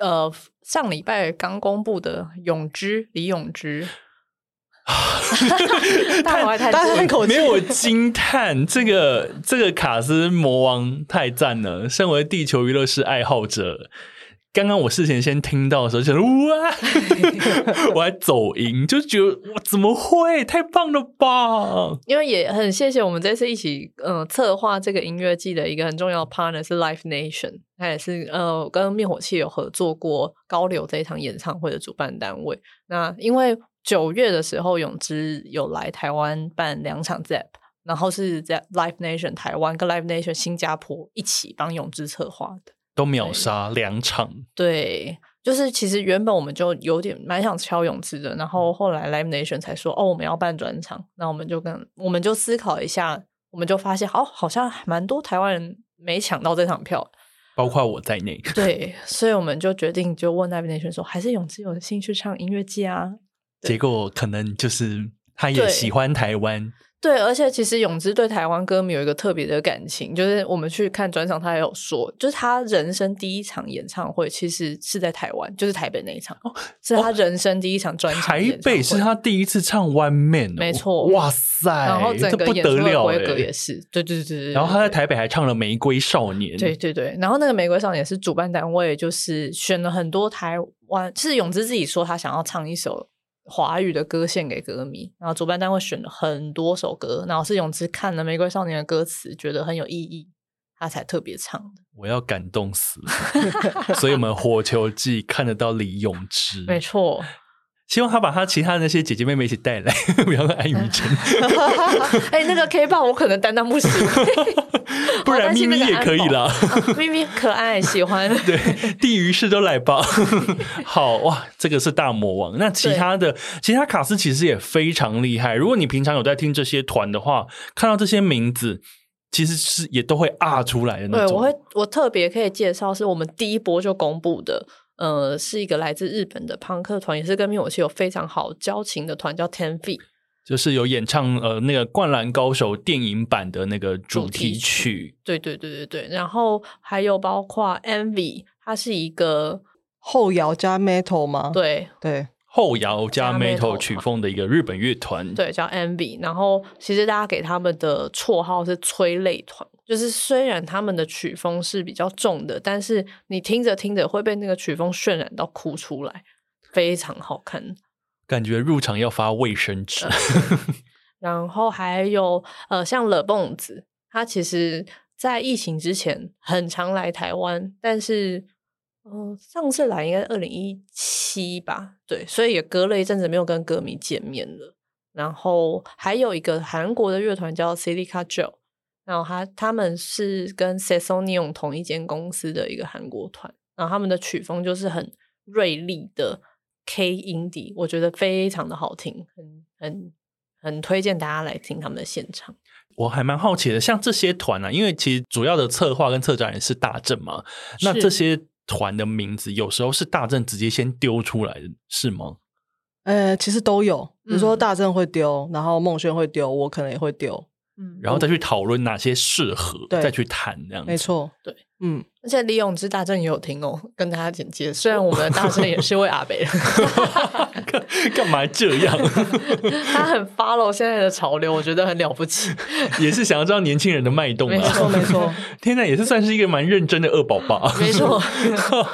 [SPEAKER 3] 呃上礼拜刚公布的永之李永之， 大伙还太
[SPEAKER 2] 大家叹口气
[SPEAKER 1] 没，有惊叹，这个这个卡斯魔王太赞了！身为地球娱乐室爱好者，刚刚我事前先听到的时候，觉得 哇，我还走音，就觉得哇，怎么会？太棒了吧！
[SPEAKER 3] 因为也很谢谢我们这次一起呃策划这个音乐季的一个很重要的 partner 是 Live Nation，他也是呃跟灭火器有合作过高流这一场演唱会的主办单位。那因为九月的时候，永之有来台湾办两场 ZEP，然后是在 Live Nation 台湾跟 Live Nation 新加坡一起帮永之策划的。
[SPEAKER 1] 都秒杀两场，
[SPEAKER 3] 对，就是其实原本我们就有点蛮想敲泳池的，然
[SPEAKER 1] 嗯
[SPEAKER 3] 后后来 Live Nation 才说哦，我们要办专场，那我们就跟我们就思考一下，我们就发现哦，好像还蛮多台湾人没抢到这场票，
[SPEAKER 1] 包括我在内。
[SPEAKER 3] 对，所以我们就决定就问 Live Nation 说，还是泳池有兴趣唱音乐季啊？
[SPEAKER 1] 结果可能就是他也
[SPEAKER 3] 对
[SPEAKER 1] 喜欢台湾，
[SPEAKER 3] 对，而且其实泳之对台湾歌迷有一个特别的感情，就是我们去看专场，他也有说，就是他人生第一场演唱会其实是在台湾，就是台北那一场，是他人生第一场专场
[SPEAKER 1] 哦台
[SPEAKER 3] 演唱
[SPEAKER 1] 北
[SPEAKER 3] 会
[SPEAKER 1] 是他第一次唱 One Man，、哦、
[SPEAKER 3] 没错
[SPEAKER 1] 哇塞，
[SPEAKER 3] 然后整
[SPEAKER 1] 哎这
[SPEAKER 3] 个
[SPEAKER 1] 不
[SPEAKER 3] 演
[SPEAKER 1] 得
[SPEAKER 3] 出的
[SPEAKER 1] 了、
[SPEAKER 3] 规格
[SPEAKER 1] 欸
[SPEAKER 3] 也是，对对对对。
[SPEAKER 1] 然后他在
[SPEAKER 3] 对
[SPEAKER 1] 台北还唱了《玫瑰少年》，
[SPEAKER 3] 对对对，然后那个玫瑰少年是主办单位，就是选了很多台湾，是永之自己说他想要唱一首华语的歌献给歌迷，然后主办单位选了很多首歌，然后是永之看了玫瑰少年的歌词，觉得很有意义，他才特别唱的。
[SPEAKER 1] 我要感动死了，所以我们火球季看得到李永芝，
[SPEAKER 3] 没错，
[SPEAKER 1] 希望他把他其他的那些姐姐妹妹一起带来， 不要让安于真，
[SPEAKER 3] 哎、那个 K 棒我可能担当不起，
[SPEAKER 1] 不然咪咪也可以啦。
[SPEAKER 3] 啊咪咪可爱，喜欢。
[SPEAKER 1] 对，地狱式都来吧。 好哇，这个是大魔王。那其他的，其他卡斯其实也非常厉害。如果你平常有在听这些团的话，看到这些名字，其实是也都会啊出来的那
[SPEAKER 3] 对，
[SPEAKER 1] 种。
[SPEAKER 3] 我会我特别可以介绍，是我们第一波就公布的，呃，是一个来自日本的朋克团，也是跟灭火器有非常好交情的团，叫 Ten Feet。
[SPEAKER 1] 就是有演唱呃那个《灌篮高手》电影版的那个主
[SPEAKER 3] 主
[SPEAKER 1] 题
[SPEAKER 3] 题
[SPEAKER 1] 曲。
[SPEAKER 3] 对对对对对，然后还有包括 Envy，它是一个
[SPEAKER 2] 后摇加 metal 吗？
[SPEAKER 3] 对
[SPEAKER 2] 对，
[SPEAKER 1] 后摇加
[SPEAKER 3] 加
[SPEAKER 1] metal
[SPEAKER 3] metal
[SPEAKER 1] 曲风的一个日本乐团。，
[SPEAKER 3] 对叫 Envy，然后其实大家给他们的绰号是催泪团。就是虽然他们的曲风是比较重的，但是你听着听着会被那个曲风渲染到哭出来，非常好看。
[SPEAKER 1] 感觉入场要发卫生纸。
[SPEAKER 3] 然后还有呃，像冷蹦子，他其实在疫情之前很常来台湾，但是嗯、呃上次来应该二零一七吧，对，所以也隔了一阵子没有跟歌迷见面了。然后还有一个韩国的乐团叫 Silica Joe，然后他他们是跟 s e s o n i o n 同一间公司的一个韩国团，然后他们的曲风就是很锐利的 K indie，我觉得非常的好听，很很很推荐大家来听他们的现场。
[SPEAKER 1] 我还蛮好奇的，像这些团啊，因为其实主要的策划跟策展人是大正嘛，那这些团的名字有时候是大正直接先丢出来的，是吗？
[SPEAKER 2] 呃，其实都有，比如说
[SPEAKER 3] 嗯
[SPEAKER 2] 大正会丢，然后孟轩会丢，我可能也会丢，
[SPEAKER 3] 嗯
[SPEAKER 1] 然后再去讨论哪些适合，
[SPEAKER 2] 对
[SPEAKER 1] 再去谈这样子。
[SPEAKER 2] 没，错，嗯，
[SPEAKER 3] 而且李永芝大正也有听哦，跟大家简介。虽然我们的大正也是位 阿北人，
[SPEAKER 1] 干 干嘛这样？
[SPEAKER 3] 他很 follow 现在的潮流，我觉得很了不起。
[SPEAKER 1] 也是想要知道年轻人的脉动
[SPEAKER 3] 没
[SPEAKER 2] 没错
[SPEAKER 1] 啊！
[SPEAKER 2] 没错，
[SPEAKER 1] 天哪，也是算是一个蛮认真的恶宝吧？
[SPEAKER 3] 没错，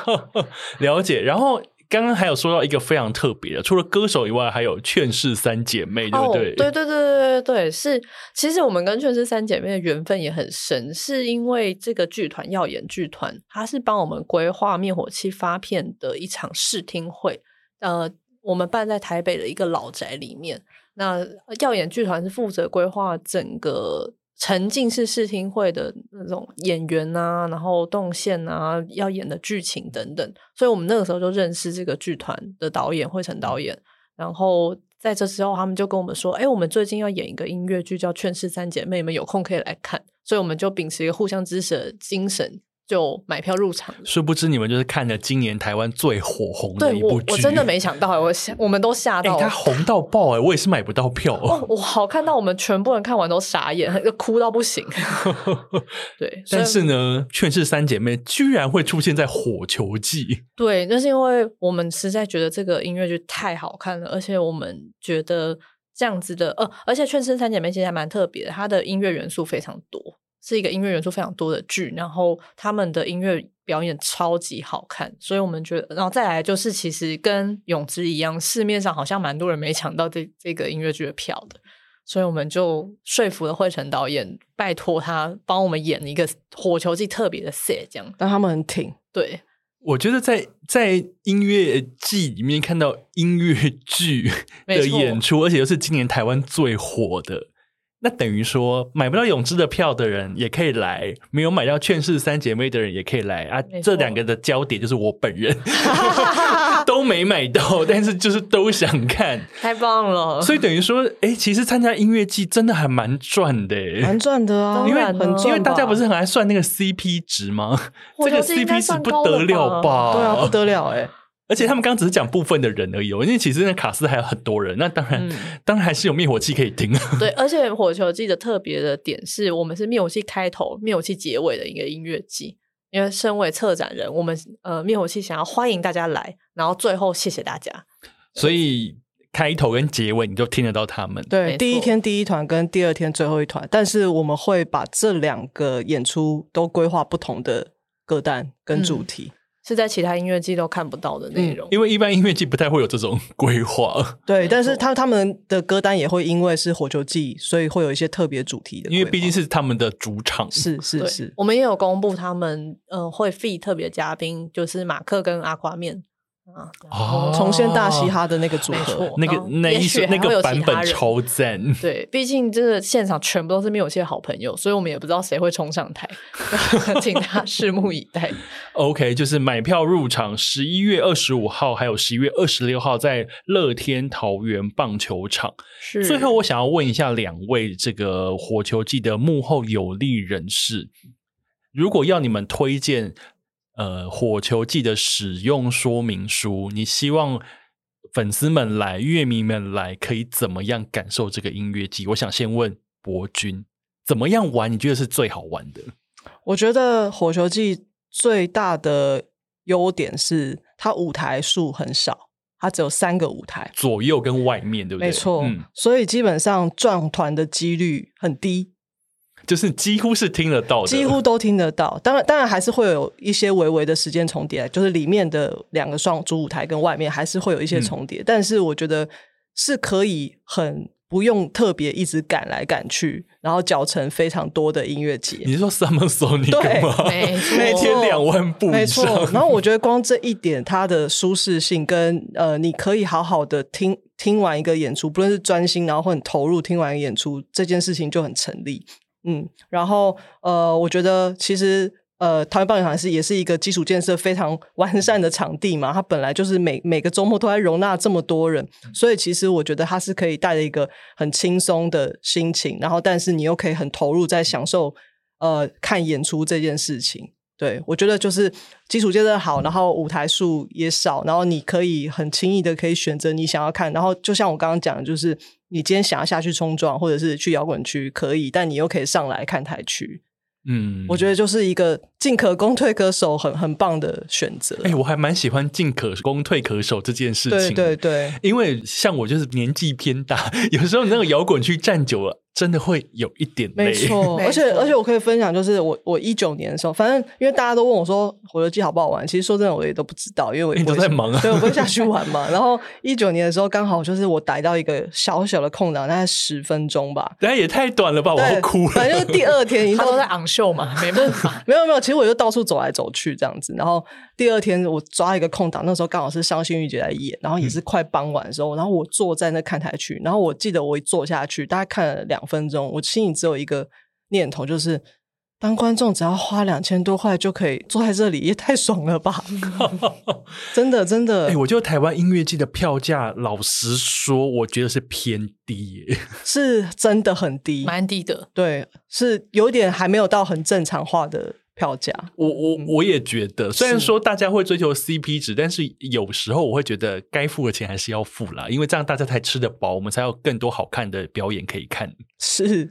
[SPEAKER 1] 了解。然后刚刚还有说到一个非常特别的，除了歌手以外，还有劝世三姐妹，对不对？
[SPEAKER 3] 哦对对对对对对，是。其实我们跟劝世三姐妹的缘分也很深，是因为这个剧团耀眼剧团，它是帮我们规划灭火器发片的一场试听会，呃，我们办在台北的一个老宅里面。那耀眼剧团是负责规划整个沉浸式试听会的那种演员啊，然后动线啊，要演的剧情等等。所以我们那个时候就认识这个剧团的导演惠成导演，然后在这之后，他们就跟我们说：“哎，我们最近要演一个音乐剧，叫《劝世三姐妹》，你们有空可以来看。”所以我们就秉持一个互相支持的精神，就买票入场。
[SPEAKER 1] 殊不知你们就是看了今年台湾最火红的
[SPEAKER 3] 对
[SPEAKER 1] 一
[SPEAKER 3] 我
[SPEAKER 1] 部，剧，
[SPEAKER 3] 我真的没想到，我吓，我们都吓
[SPEAKER 1] 哎、
[SPEAKER 3] 到了。
[SPEAKER 1] 它红到爆哎、我也是买不到票。
[SPEAKER 3] 哦，我好看到我们全部人看完都傻眼， 就哭到不行。对，所以
[SPEAKER 1] 但是呢，《劝世三姐妹》居然会出现在火球季，
[SPEAKER 3] 对，那是因为我们实在觉得这个音乐剧太好看了，而且我们觉得这样子的，呃，而且《劝世三姐妹》其实还蛮特别的，它的音乐元素非常多，是一个音乐元素非常多的剧，然后他们的音乐表演超级好看，所以我们觉得，然后再来就是，其实跟泳之一样，市面上好像蛮多人没抢到这这个音乐剧的票的。所以我们就说服了惠成导演，拜托他帮我们演一个火球季特别的 set，这样
[SPEAKER 2] 但他们很 挺，
[SPEAKER 3] 对，
[SPEAKER 1] 我觉得在在音乐季里面看到音乐剧的
[SPEAKER 3] 没错
[SPEAKER 1] 演出，而且又是今年台湾最火的。那等于说，买不到永之的票的人也可以来，没有买到《劝世三姐妹》的人也可以来啊
[SPEAKER 3] 没。错
[SPEAKER 1] 这两个的焦点就是我本 人，都没买到，但是就是都想看。
[SPEAKER 3] 太棒了！
[SPEAKER 1] 所以等于说，哎、其实参加音乐季真的还蛮赚的、诶
[SPEAKER 2] 蛮赚的啊，
[SPEAKER 3] 当
[SPEAKER 1] 因为
[SPEAKER 3] 然
[SPEAKER 2] 很赚
[SPEAKER 3] 了
[SPEAKER 2] 吧，
[SPEAKER 1] 因为大家不是很爱算那个 CP 值吗？
[SPEAKER 3] 我
[SPEAKER 1] 这
[SPEAKER 3] 觉
[SPEAKER 1] 个
[SPEAKER 3] 得这应该
[SPEAKER 1] CP 值
[SPEAKER 3] 算
[SPEAKER 1] 不
[SPEAKER 3] 高
[SPEAKER 1] 得
[SPEAKER 3] 了
[SPEAKER 1] 了吧？
[SPEAKER 3] 吧
[SPEAKER 2] 对啊，不得了 哎，
[SPEAKER 1] 而且他们刚刚只是讲部分的人而已、哦，因为其实那卡斯还有很多人，那当然、
[SPEAKER 3] 嗯
[SPEAKER 1] 当然还是有灭火器可以听。
[SPEAKER 3] 对，而且《火球季》的特别的点是我们是灭火器开头、灭火器结尾的一个音乐季，因为身为策展人，我们呃灭火器想要欢迎大家来，然后最后谢谢大家。
[SPEAKER 1] 所以开头跟结尾你都听得到他们。
[SPEAKER 3] 没
[SPEAKER 2] 对，
[SPEAKER 3] 错
[SPEAKER 2] 第一天第一团跟第二天最后一团，但是我们会把这两个演出都规划不同的歌单跟
[SPEAKER 3] 嗯
[SPEAKER 2] 主题。
[SPEAKER 3] 是在其他音乐季都看不到的内容，
[SPEAKER 1] 因为一般音乐季不太会有这种规划，
[SPEAKER 2] 对，但是他他们的歌单也会因为是火球季，所以会有一些特别主题的规划，
[SPEAKER 1] 因为毕竟是他们的主场。
[SPEAKER 2] 是是
[SPEAKER 3] 对
[SPEAKER 2] 是，
[SPEAKER 3] 我们也有公布他们呃会 feed 特别嘉宾，就是马克跟阿瓜面啊，然后
[SPEAKER 1] 哦
[SPEAKER 2] 重现大嘻哈的那个组
[SPEAKER 3] 没
[SPEAKER 2] 合
[SPEAKER 3] 错，
[SPEAKER 1] 那个、
[SPEAKER 3] 哦
[SPEAKER 1] 那
[SPEAKER 3] 也
[SPEAKER 1] 一
[SPEAKER 3] 许
[SPEAKER 1] 首那
[SPEAKER 3] 还会
[SPEAKER 1] 个
[SPEAKER 3] 有
[SPEAKER 1] 版
[SPEAKER 3] 其他
[SPEAKER 1] 本
[SPEAKER 3] 人
[SPEAKER 1] 超赞，
[SPEAKER 3] 对，毕竟这个现场全部都是灭火器的好朋友，所以我们也不知道谁会冲上台， 请大家拭目以待。
[SPEAKER 1] OK，就是买票入场，十一月二十五号还有十一月二十六号在乐天桃园棒球场。
[SPEAKER 3] 是
[SPEAKER 2] 嗯
[SPEAKER 1] 最后，我想要问一下两位这个火球季的幕后有力人士，如果要你们推荐呃火球季的使用说明书，你希望粉丝们来、乐迷们来可以怎么样感受这个音乐季？我想先问博君，怎么样玩？你觉得是最好玩的？
[SPEAKER 2] 我觉得火球季最大的优点是它舞台数很少，它只有三个舞台，
[SPEAKER 1] 左右跟外面对不对？
[SPEAKER 2] 没错，
[SPEAKER 1] 嗯，
[SPEAKER 2] 所以基本上撞团的几率很低。
[SPEAKER 1] 就是几乎是听得到的，
[SPEAKER 2] 几乎都听得到。当然，当然还是会有一些微微的时间重叠，就是里面的两个双主舞台跟外面还是会有一
[SPEAKER 1] 嗯
[SPEAKER 2] 些重叠，但是我觉得是可以很。不用特别一直赶来赶去，然后脚程非常多的音乐节，
[SPEAKER 1] 你是说 Summer Sonic
[SPEAKER 2] 对
[SPEAKER 1] 吗？
[SPEAKER 3] 没错
[SPEAKER 1] 那天两万步以
[SPEAKER 2] 没错
[SPEAKER 1] 上，。
[SPEAKER 2] 然后我觉得光这一点，它的舒适性跟呃，你可以好好的听听完一个演出，不论是专心，然后或很投入听完一个演出，这件事情就很成立。嗯，然后呃，我觉得其实呃，桃园棒球场是也是一个基础建设非常完善的场地嘛，它本来就是每每个周末都在容纳这么多人，所以其实我觉得它是可以带着一个很轻松的心情，然后但是你又可以很投入在享受呃看演出这件事情。对，我觉得就是基础建设好，然后舞台数也少，然后你可以很轻易的可以选择你想要看，然后就像我刚刚讲的，就是你今天想要下去冲撞，或者是去摇滚区可以，但你又可以上来看台区。
[SPEAKER 1] 嗯，
[SPEAKER 2] 我觉得就是一个进可攻退可守很很棒的选择。
[SPEAKER 1] 哎、我还蛮喜欢进可攻退可守这件事
[SPEAKER 2] 对
[SPEAKER 1] 情。
[SPEAKER 2] 对对，
[SPEAKER 1] 因为像我就是年纪偏大， 有时候那个摇滚区站久了，真的会有一点累。
[SPEAKER 2] 没错，
[SPEAKER 3] 没
[SPEAKER 2] 而且
[SPEAKER 3] 错
[SPEAKER 2] 而且我可以分享，就是我我一九年的时候，反正因为大家都问我说《火游记》好不好玩，其实说真的我也都不知道，因为我也
[SPEAKER 1] 你
[SPEAKER 2] 不
[SPEAKER 1] 都
[SPEAKER 2] 会
[SPEAKER 1] 在忙啊
[SPEAKER 2] 对，我不会下去玩嘛。然后一九年的时候，刚好就是我逮到一个小小的空档，大概十分钟吧，
[SPEAKER 1] 但也太短了哦吧，我
[SPEAKER 2] 对
[SPEAKER 1] 要哭
[SPEAKER 2] 反
[SPEAKER 1] 了。
[SPEAKER 2] 正就是第二天已经
[SPEAKER 3] 他
[SPEAKER 2] 到
[SPEAKER 3] 都在昂秀嘛，没办法。
[SPEAKER 2] 没有没有，其实我就到处走来走去这样子。然后第二天我抓一个空档，那时候刚好是伤心欲绝在演，然后也是
[SPEAKER 1] 嗯
[SPEAKER 2] 快傍晚的时候，然后我坐在那看台区，然后我记得我一坐下去，大概看了两分钟，我心里只有一个念头，就是当观众只要花两千多块就可以坐在这里，也太爽 了吧！真的真的，
[SPEAKER 1] 哎、我觉得台湾音乐季的票价，老实说，我觉得是偏低耶。
[SPEAKER 2] 是真的很低，
[SPEAKER 3] 蛮低的，
[SPEAKER 2] 对，是有点还没有到很正常化的票价。
[SPEAKER 1] 我我
[SPEAKER 2] 嗯
[SPEAKER 1] 我也觉得，虽然说大家会追求 CP 值，但是有时候我会觉得该付的钱还是要付啦，因为这样大家才吃得饱，我们才有更多好看的表演可以看。
[SPEAKER 2] 是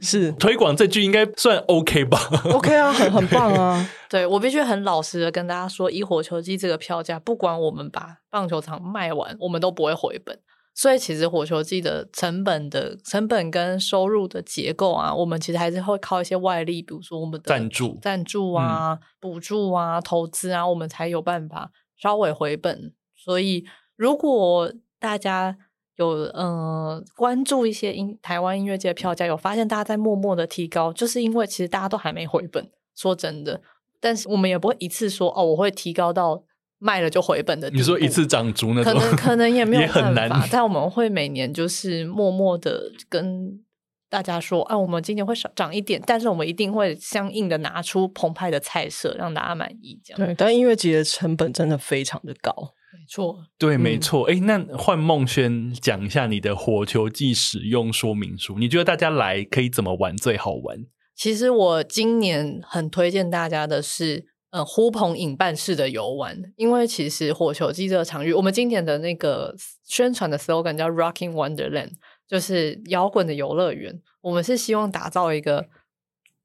[SPEAKER 2] 是
[SPEAKER 1] 推广这句应该算 OK 吧？
[SPEAKER 2] ，OK 啊，很很棒啊。
[SPEAKER 3] 对我必须很老实的跟大家说，以火球季这个票价，不管我们把棒球场卖完，我们都不会回本。所以其实火球季的成本的成本跟收入的结构啊，我们其实还是会靠一些外力，比如说我们的
[SPEAKER 1] 赞助
[SPEAKER 3] 赞助
[SPEAKER 1] 嗯
[SPEAKER 3] 啊、补助啊、投资啊，我们才有办法稍微回本。所以，如果大家有呃关注一些音台湾音乐界的票价，有发现大家在默默的提高，就是因为其实大家都还没回本。说真的，但是我们也不会一次说哦，我会提高到卖了就回本的地步。
[SPEAKER 1] 你说一次涨足那
[SPEAKER 3] 可
[SPEAKER 1] 种，
[SPEAKER 3] 能可能也没 有
[SPEAKER 1] 也很
[SPEAKER 3] 办法
[SPEAKER 1] 难，。
[SPEAKER 3] 但我们会每年就是默默的跟大家说，啊，我们今年会少涨一点，但是我们一定会相应的拿出澎湃的菜色，让大家满意。这样
[SPEAKER 2] 对，但音乐节的成本真的非常的高。
[SPEAKER 3] 没错。
[SPEAKER 1] 对，没
[SPEAKER 2] 嗯
[SPEAKER 1] 错。哎、那换梦轩讲一下你的火球技使用说明书，你觉得大家来可以怎么玩最好玩？
[SPEAKER 3] 其实我今年很推荐大家的是。呃，呼朋引伴式的游玩，因为其实火球季这个场域，我们今年的那个宣传的 slogan 叫 “Rocking Wonderland”，就是摇滚的游乐园。我们是希望打造一个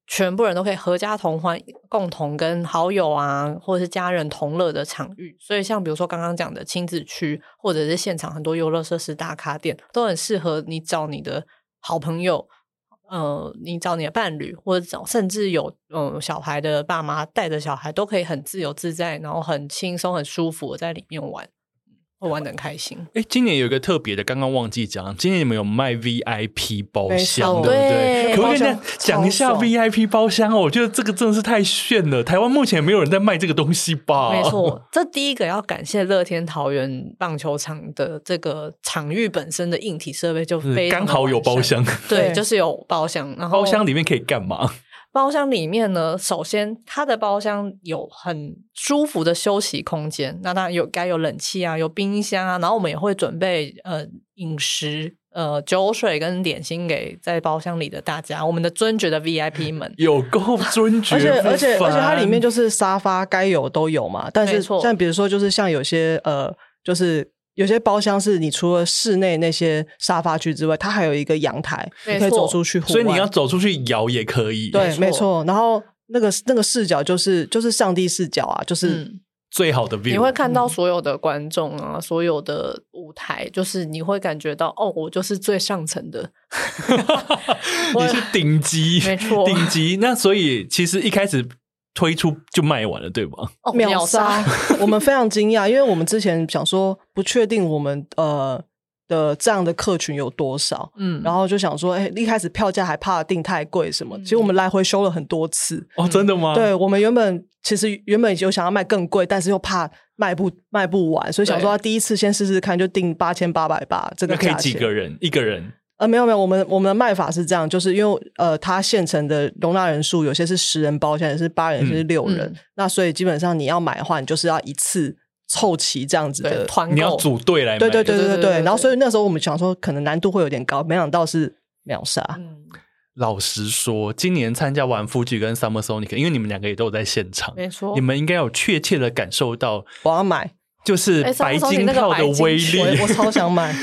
[SPEAKER 3] 全部人都可以合家同欢、共同跟好友啊，或者是家人同乐的场域。所以，像比如说刚刚讲的亲子区，或者是现场很多游乐设施、打卡点，都很适合你找你的好朋友。呃，你找你的伴侣，或者找甚至有嗯、呃小孩的爸妈带着小孩，都可以很自由自在，然后很轻松、很舒服地在里面玩，嗯会玩的很开心。
[SPEAKER 1] 哎，今年有一个特别的，刚刚忘记讲，今年你们有卖 VIP 包厢，对
[SPEAKER 2] 没错
[SPEAKER 1] 不对？
[SPEAKER 3] 对
[SPEAKER 1] 可不可以
[SPEAKER 2] 包
[SPEAKER 1] 再
[SPEAKER 2] 厢
[SPEAKER 1] 讲一下
[SPEAKER 2] 超爽
[SPEAKER 1] VIP 包厢哦？我觉得这个真的是太炫了，台湾目前没有人在卖这个东西吧？
[SPEAKER 3] 没， 错，这第一个要感谢乐天桃园棒球场的这个场域本身的硬体设备就非常
[SPEAKER 1] 刚好有
[SPEAKER 3] 完善
[SPEAKER 1] 包，厢，
[SPEAKER 3] 对，
[SPEAKER 2] 对
[SPEAKER 3] 就是有包厢，然后
[SPEAKER 1] 包厢里面可以干嘛？
[SPEAKER 3] 包厢里面呢，首先它的包厢有很舒服的休息空间，那当然有该有冷气啊，有冰箱啊，然后我们也会准备呃饮食、呃酒水跟点心给在包厢里的大家，我们的尊爵的 VIP 们。
[SPEAKER 1] 有够尊爵，
[SPEAKER 2] 而且而且
[SPEAKER 1] 不
[SPEAKER 2] 而
[SPEAKER 1] 凡
[SPEAKER 2] 且它里面就是沙发该有都有嘛，但
[SPEAKER 3] 没
[SPEAKER 2] 是
[SPEAKER 3] 错
[SPEAKER 2] 但比如说就是像有些呃，就是有些包厢是你除了室内那些沙发区之外，它还有一个阳台，你
[SPEAKER 3] 没
[SPEAKER 2] 可以走出
[SPEAKER 3] 错
[SPEAKER 2] 去户外。
[SPEAKER 1] 所以你要走出去摇也可以，
[SPEAKER 2] 对，
[SPEAKER 3] 没
[SPEAKER 2] 没
[SPEAKER 3] 错
[SPEAKER 2] 错。然后那个那个视角就是就是上帝视角啊，就是、
[SPEAKER 3] 嗯
[SPEAKER 1] 最好的 view，
[SPEAKER 3] 你会看
[SPEAKER 1] 嗯
[SPEAKER 3] 到所有的观众啊，所有的舞台，就是你会感觉到哦，我就是最上层的，
[SPEAKER 1] 你是顶级，
[SPEAKER 3] 没错
[SPEAKER 1] 顶级。那所以其实一开始推出就卖完了，对吧？
[SPEAKER 3] 哦，
[SPEAKER 2] 秒
[SPEAKER 3] 秒
[SPEAKER 2] 杀
[SPEAKER 3] 杀，。
[SPEAKER 2] 我们非常惊讶，因为我们之前想说不确定我们呃的这样的客群有多少，
[SPEAKER 3] 嗯，
[SPEAKER 2] 然后就想说，哎、一开始票价还怕定太贵什么，
[SPEAKER 3] 嗯
[SPEAKER 2] 其实我们来回修了很多次。
[SPEAKER 1] 哦，真的吗？
[SPEAKER 2] 对我们原本其实原本有想要卖更贵，但是又怕卖不卖不完，所以想说
[SPEAKER 3] 对
[SPEAKER 2] 啊第一次先试试看，就定八千八百八这个
[SPEAKER 1] 那可以
[SPEAKER 2] 价
[SPEAKER 1] 几
[SPEAKER 2] 钱。
[SPEAKER 1] 个人？一个人
[SPEAKER 2] 呃，没有没有，我们我们的卖法是这样，就是因为呃，它现成的容纳人数有些是十人包厢，有些是八人，有些是六人，
[SPEAKER 3] 嗯
[SPEAKER 2] 那所以基本上你要买的话，你就是要一次凑齐这样子
[SPEAKER 3] 对
[SPEAKER 2] 的
[SPEAKER 3] 团购，
[SPEAKER 1] 你要组队来买，
[SPEAKER 2] 对对对对
[SPEAKER 3] 对
[SPEAKER 2] 对
[SPEAKER 3] 对
[SPEAKER 2] 对
[SPEAKER 3] 对。
[SPEAKER 2] 然后所以那时候我们想说，可能难度会有点高，没想到是秒杀。
[SPEAKER 3] 嗯，
[SPEAKER 1] 老实说，今年参加完 Fuji 跟 Summer Sonic，因为你们两个也都有在现场，
[SPEAKER 3] 没错
[SPEAKER 1] 你。们应该有确切的感受到，
[SPEAKER 2] 我要买，
[SPEAKER 1] 就是
[SPEAKER 3] 哎，Summer
[SPEAKER 1] 白
[SPEAKER 3] Sonic
[SPEAKER 1] 金
[SPEAKER 3] 那个
[SPEAKER 1] 票的
[SPEAKER 3] 白金
[SPEAKER 1] 威
[SPEAKER 3] 球
[SPEAKER 1] 力。
[SPEAKER 2] 我我超想买。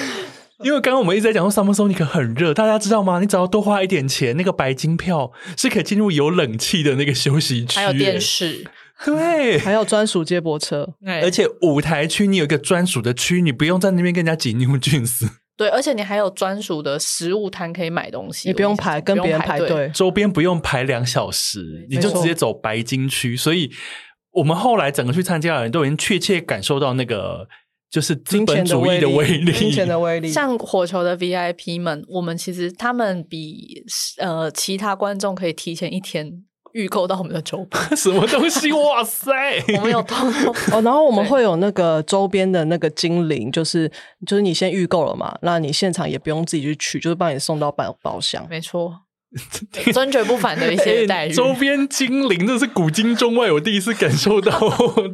[SPEAKER 1] 因为刚刚我们一直在讲说 Summer Sonic 很热，大家知道吗？你只要多花一点钱，那个白金票是可以进入有冷气的那个休息区，
[SPEAKER 3] 还有电，视，哎
[SPEAKER 1] 对，
[SPEAKER 2] 还有专属接驳车，
[SPEAKER 1] 而
[SPEAKER 3] 而
[SPEAKER 1] 且舞台区你有一个专属的区，你不用在那边跟人家挤牛菌丝，
[SPEAKER 3] 对，而且你还有专属的食物摊可以买东西，
[SPEAKER 2] 也不用排，跟别人排。
[SPEAKER 3] 排
[SPEAKER 2] 队。
[SPEAKER 1] 周边不用排两小时，
[SPEAKER 3] 对
[SPEAKER 1] 你就
[SPEAKER 2] 没错
[SPEAKER 1] 直接走白金区。所以我们后来整个去参加的人都已经确切感受到那个就是资
[SPEAKER 2] 金
[SPEAKER 1] 本
[SPEAKER 2] 钱的
[SPEAKER 1] 主义的威力，
[SPEAKER 2] 金 钱的威力，
[SPEAKER 3] 像火球的 VIP 们，我们其实他们比呃其他观众可以提前一天预购到我们的周 边，
[SPEAKER 1] 什么东西？哇塞！
[SPEAKER 3] 我们有通通
[SPEAKER 2] 哦，然后我们
[SPEAKER 3] 对
[SPEAKER 2] 会有那个周边的那个精灵，就是就是你先预购了嘛，那你现场也不用自己去取，就是帮你送到包包
[SPEAKER 1] 哦
[SPEAKER 2] 厢。
[SPEAKER 3] 没 错，尊爵不凡的一些待
[SPEAKER 1] 哎
[SPEAKER 3] 遇。
[SPEAKER 1] 周边精灵，这是古今中外我第一次感受到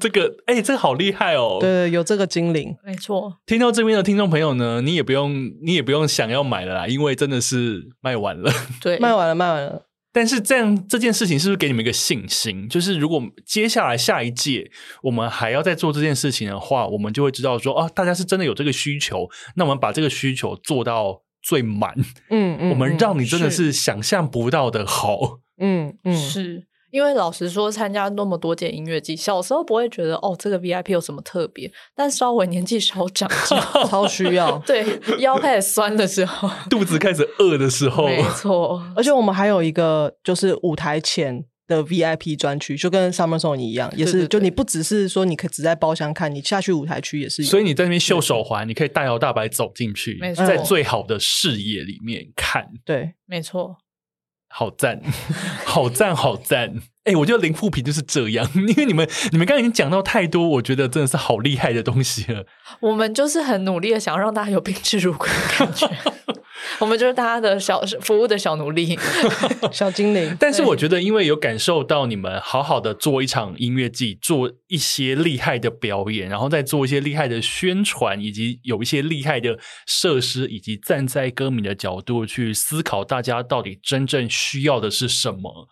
[SPEAKER 1] 这个， 哎、这个好厉害哦！
[SPEAKER 2] 对，对，有这个精灵，
[SPEAKER 3] 没错，
[SPEAKER 1] 听到这边的听众朋友呢，你也不用，你也不用想要买了啦，因为真的是卖完了。
[SPEAKER 3] 对，
[SPEAKER 2] 卖完了，卖完了。
[SPEAKER 1] 但是这样这件事情是不是给你们一个信心？就是如果接下来下一届我们还要再做这件事情的话，我们就会知道说，哦、大家是真的有这个需求，那我们把这个需求做到最满，
[SPEAKER 2] 嗯嗯，
[SPEAKER 1] 我们
[SPEAKER 2] 嗯
[SPEAKER 1] 让你真的
[SPEAKER 3] 是
[SPEAKER 1] 是想象不到的好。
[SPEAKER 2] 嗯嗯，
[SPEAKER 3] 是因为老实说，参加那么多届音乐季，小时候不会觉得哦，这个 VIP 有什么特别，但稍微年纪稍长之后。
[SPEAKER 2] 超需要
[SPEAKER 3] 对腰开始酸的时候，
[SPEAKER 2] 哦
[SPEAKER 1] 肚子开始饿的时候，
[SPEAKER 3] 没错，
[SPEAKER 2] 而且我们还有一个就是舞台前的 VIP 专区，就跟 Summer Song 一样，也是
[SPEAKER 3] 对对对
[SPEAKER 2] 就你不只是说你可以只在包厢看，你下去舞台区也是有。
[SPEAKER 1] 所以你在那边秀手环，你可以大摇大摆走进去
[SPEAKER 3] 没，错
[SPEAKER 1] 在最好的视野里面看，
[SPEAKER 2] 对，
[SPEAKER 3] 没错，
[SPEAKER 1] 好赞， 好赞，好赞！哎、我觉得零负评就是这样，因为你们 你们刚才已经讲到太多，我觉得真的是好厉害的东西 了。
[SPEAKER 3] 我们就是很努力的想要让大家有宾至如归的感觉， 我们就是大家的小服务的小 奴隶，
[SPEAKER 2] 小精灵
[SPEAKER 1] 但是我觉得，因为有感受到你们好好的做一场音乐季，做一些厉害的表演，然后再做一些厉害的宣传，以及有一些厉害的设施，以及站在歌迷的角度去思考大家到底真正需要的是什么。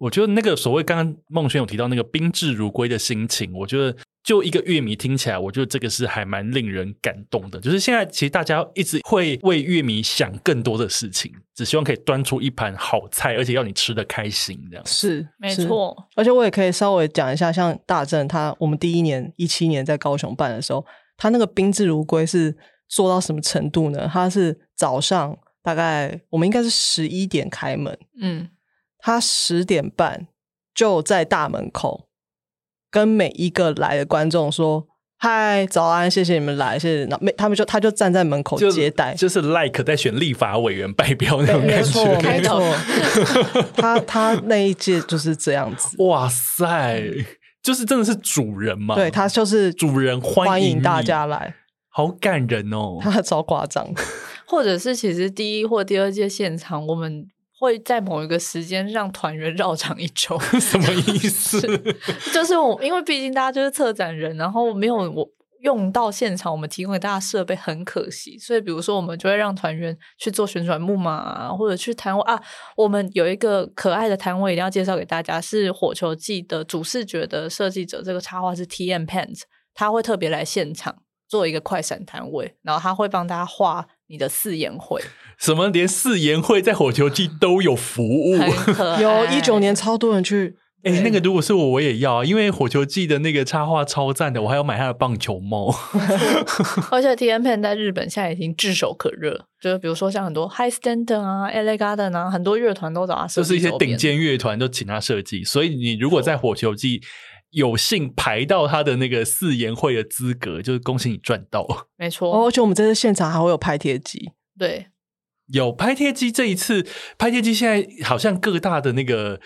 [SPEAKER 1] 我觉得那个所谓刚刚孟轩有提到那个宾至如归的心情，我觉得就一个乐迷听起来，我觉得这个是还蛮令人感动的。就是现在其实大家一直会为乐迷想更多的事情，只希望可以端出一盘好菜，而且要你吃的开心这样。
[SPEAKER 2] 是
[SPEAKER 3] 没。
[SPEAKER 2] 是
[SPEAKER 3] 错，
[SPEAKER 2] 而且我也可以稍微讲一下，像大正他，我们第一年一七年在高雄办的时候，他那个宾至如归是做到什么程度呢？他是早上大概我们应该是十一点开门，
[SPEAKER 3] 嗯，
[SPEAKER 2] 他十点半就在大门口跟每一个来的观众说。嗨，早安！谢谢你们来，谢谢你们。那每他们就他就站在门口
[SPEAKER 1] 就
[SPEAKER 2] 接待，
[SPEAKER 1] 就是 like 在选立法委员拜票那种
[SPEAKER 2] 没
[SPEAKER 1] 感
[SPEAKER 2] 错 没
[SPEAKER 1] 觉。
[SPEAKER 2] 错。 他他那一届就是这样子，
[SPEAKER 1] 哇塞，就是真的是主人嘛？
[SPEAKER 2] 对他就是
[SPEAKER 1] 主人欢迎
[SPEAKER 2] 欢迎大
[SPEAKER 1] 你
[SPEAKER 2] 家来，
[SPEAKER 1] 好感人哦。
[SPEAKER 2] 他超夸张。
[SPEAKER 3] 或者是其实第一或第二届现场，我们会在某一个时间让团员绕场一周，
[SPEAKER 1] 什么意 思？
[SPEAKER 3] 就是我，因为毕竟大家就是策展人，然后没有我用到现场，我们提供给大家设备很可惜，所以比如说我们就会让团员去做旋转木马啊，或者去摊位啊。我们有一个可爱的摊位一定要介绍给大家，是火球季的主视觉的设计者，这个插画是 T M Pants，他会特别来现场做一个快闪摊位，然后他会帮大家画你的四眼会，
[SPEAKER 1] 什么连四言会在火球季都有服务？
[SPEAKER 3] 很可爱。
[SPEAKER 2] 有一九年超多人去，
[SPEAKER 1] 哎、
[SPEAKER 3] 对
[SPEAKER 1] 那个如果是我，我也要啊，因为火球季的那个插画超赞的，我还要买他的棒球 帽。
[SPEAKER 3] 而且 T N Pen 在日本现在已经炙手可热，就是比如说像很多 High Stand 啊、LA Garden 啊，很多乐团都找他设
[SPEAKER 1] 就
[SPEAKER 3] 计
[SPEAKER 1] 是一些
[SPEAKER 3] 周边
[SPEAKER 1] 顶。尖乐团都请他设计，所以你如果在火球季有幸排到他的那个四言会的资格，就是恭喜你赚到。
[SPEAKER 3] 没错，
[SPEAKER 2] 哦，而且我们这次现场还会有拍贴机，
[SPEAKER 3] 对，
[SPEAKER 1] 有拍贴机这一次，拍贴机现在好像各大的那个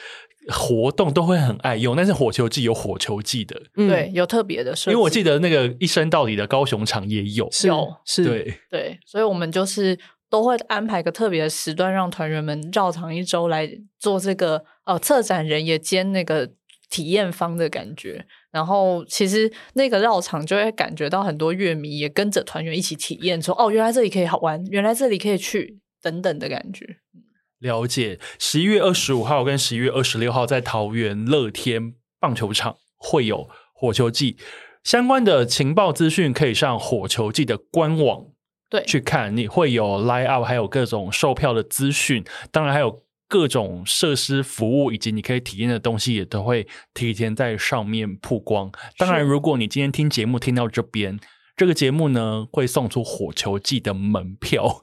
[SPEAKER 1] 活动都会很爱用，但是火球季有火球季的，
[SPEAKER 2] 嗯
[SPEAKER 3] 对，，有特别的设计，
[SPEAKER 1] 因为我记得那个一生到底的高雄场也有，
[SPEAKER 2] 是
[SPEAKER 3] 有
[SPEAKER 2] 是，
[SPEAKER 1] 对，
[SPEAKER 3] 对，所以我们就是都会安排个特别的时段，让团员们绕场一周来做这个呃策展人也兼那个体验方的感觉。然后其实那个绕场就会感觉到很多乐迷也跟着团员一起体验说，哦，原来这里可以好玩，原来这里可以去等等的感觉。
[SPEAKER 1] 了解。十一月二十五号跟十一月二十六号在桃园乐天棒球场会有火球季，相关的情报资讯可以上火球季的官网
[SPEAKER 3] 对
[SPEAKER 1] 去看，你会有 line up，还有各种售票的资讯，当然还有各种设施服务以及你可以体验的东西也都会提前在上面曝光。当然，
[SPEAKER 3] 是
[SPEAKER 1] 如果你今天听节目听到这边，这个节目呢会送出火球季的门票，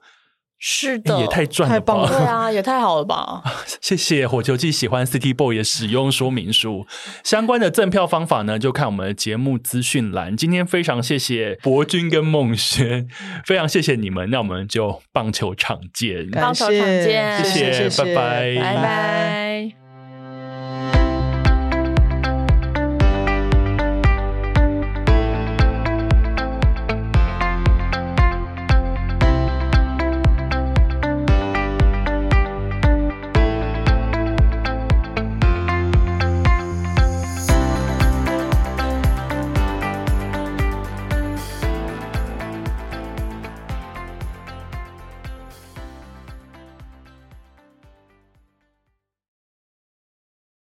[SPEAKER 3] 是的，
[SPEAKER 1] 也太赚
[SPEAKER 2] 太
[SPEAKER 1] 了
[SPEAKER 2] 棒
[SPEAKER 1] 吧！
[SPEAKER 2] 了
[SPEAKER 3] 对啊，也太好了吧？
[SPEAKER 1] 谢谢火球季喜欢 City Boy 的使用说明书。相关的赠票方法呢，就看我们的节目资讯栏。今天非常谢谢博君跟孟轩，非常谢谢你们。那我们就棒球场见。
[SPEAKER 3] 棒
[SPEAKER 2] 感
[SPEAKER 3] 球场
[SPEAKER 2] 谢，
[SPEAKER 3] 见
[SPEAKER 1] 谢谢
[SPEAKER 2] 谢谢，
[SPEAKER 1] 拜拜
[SPEAKER 3] 拜拜。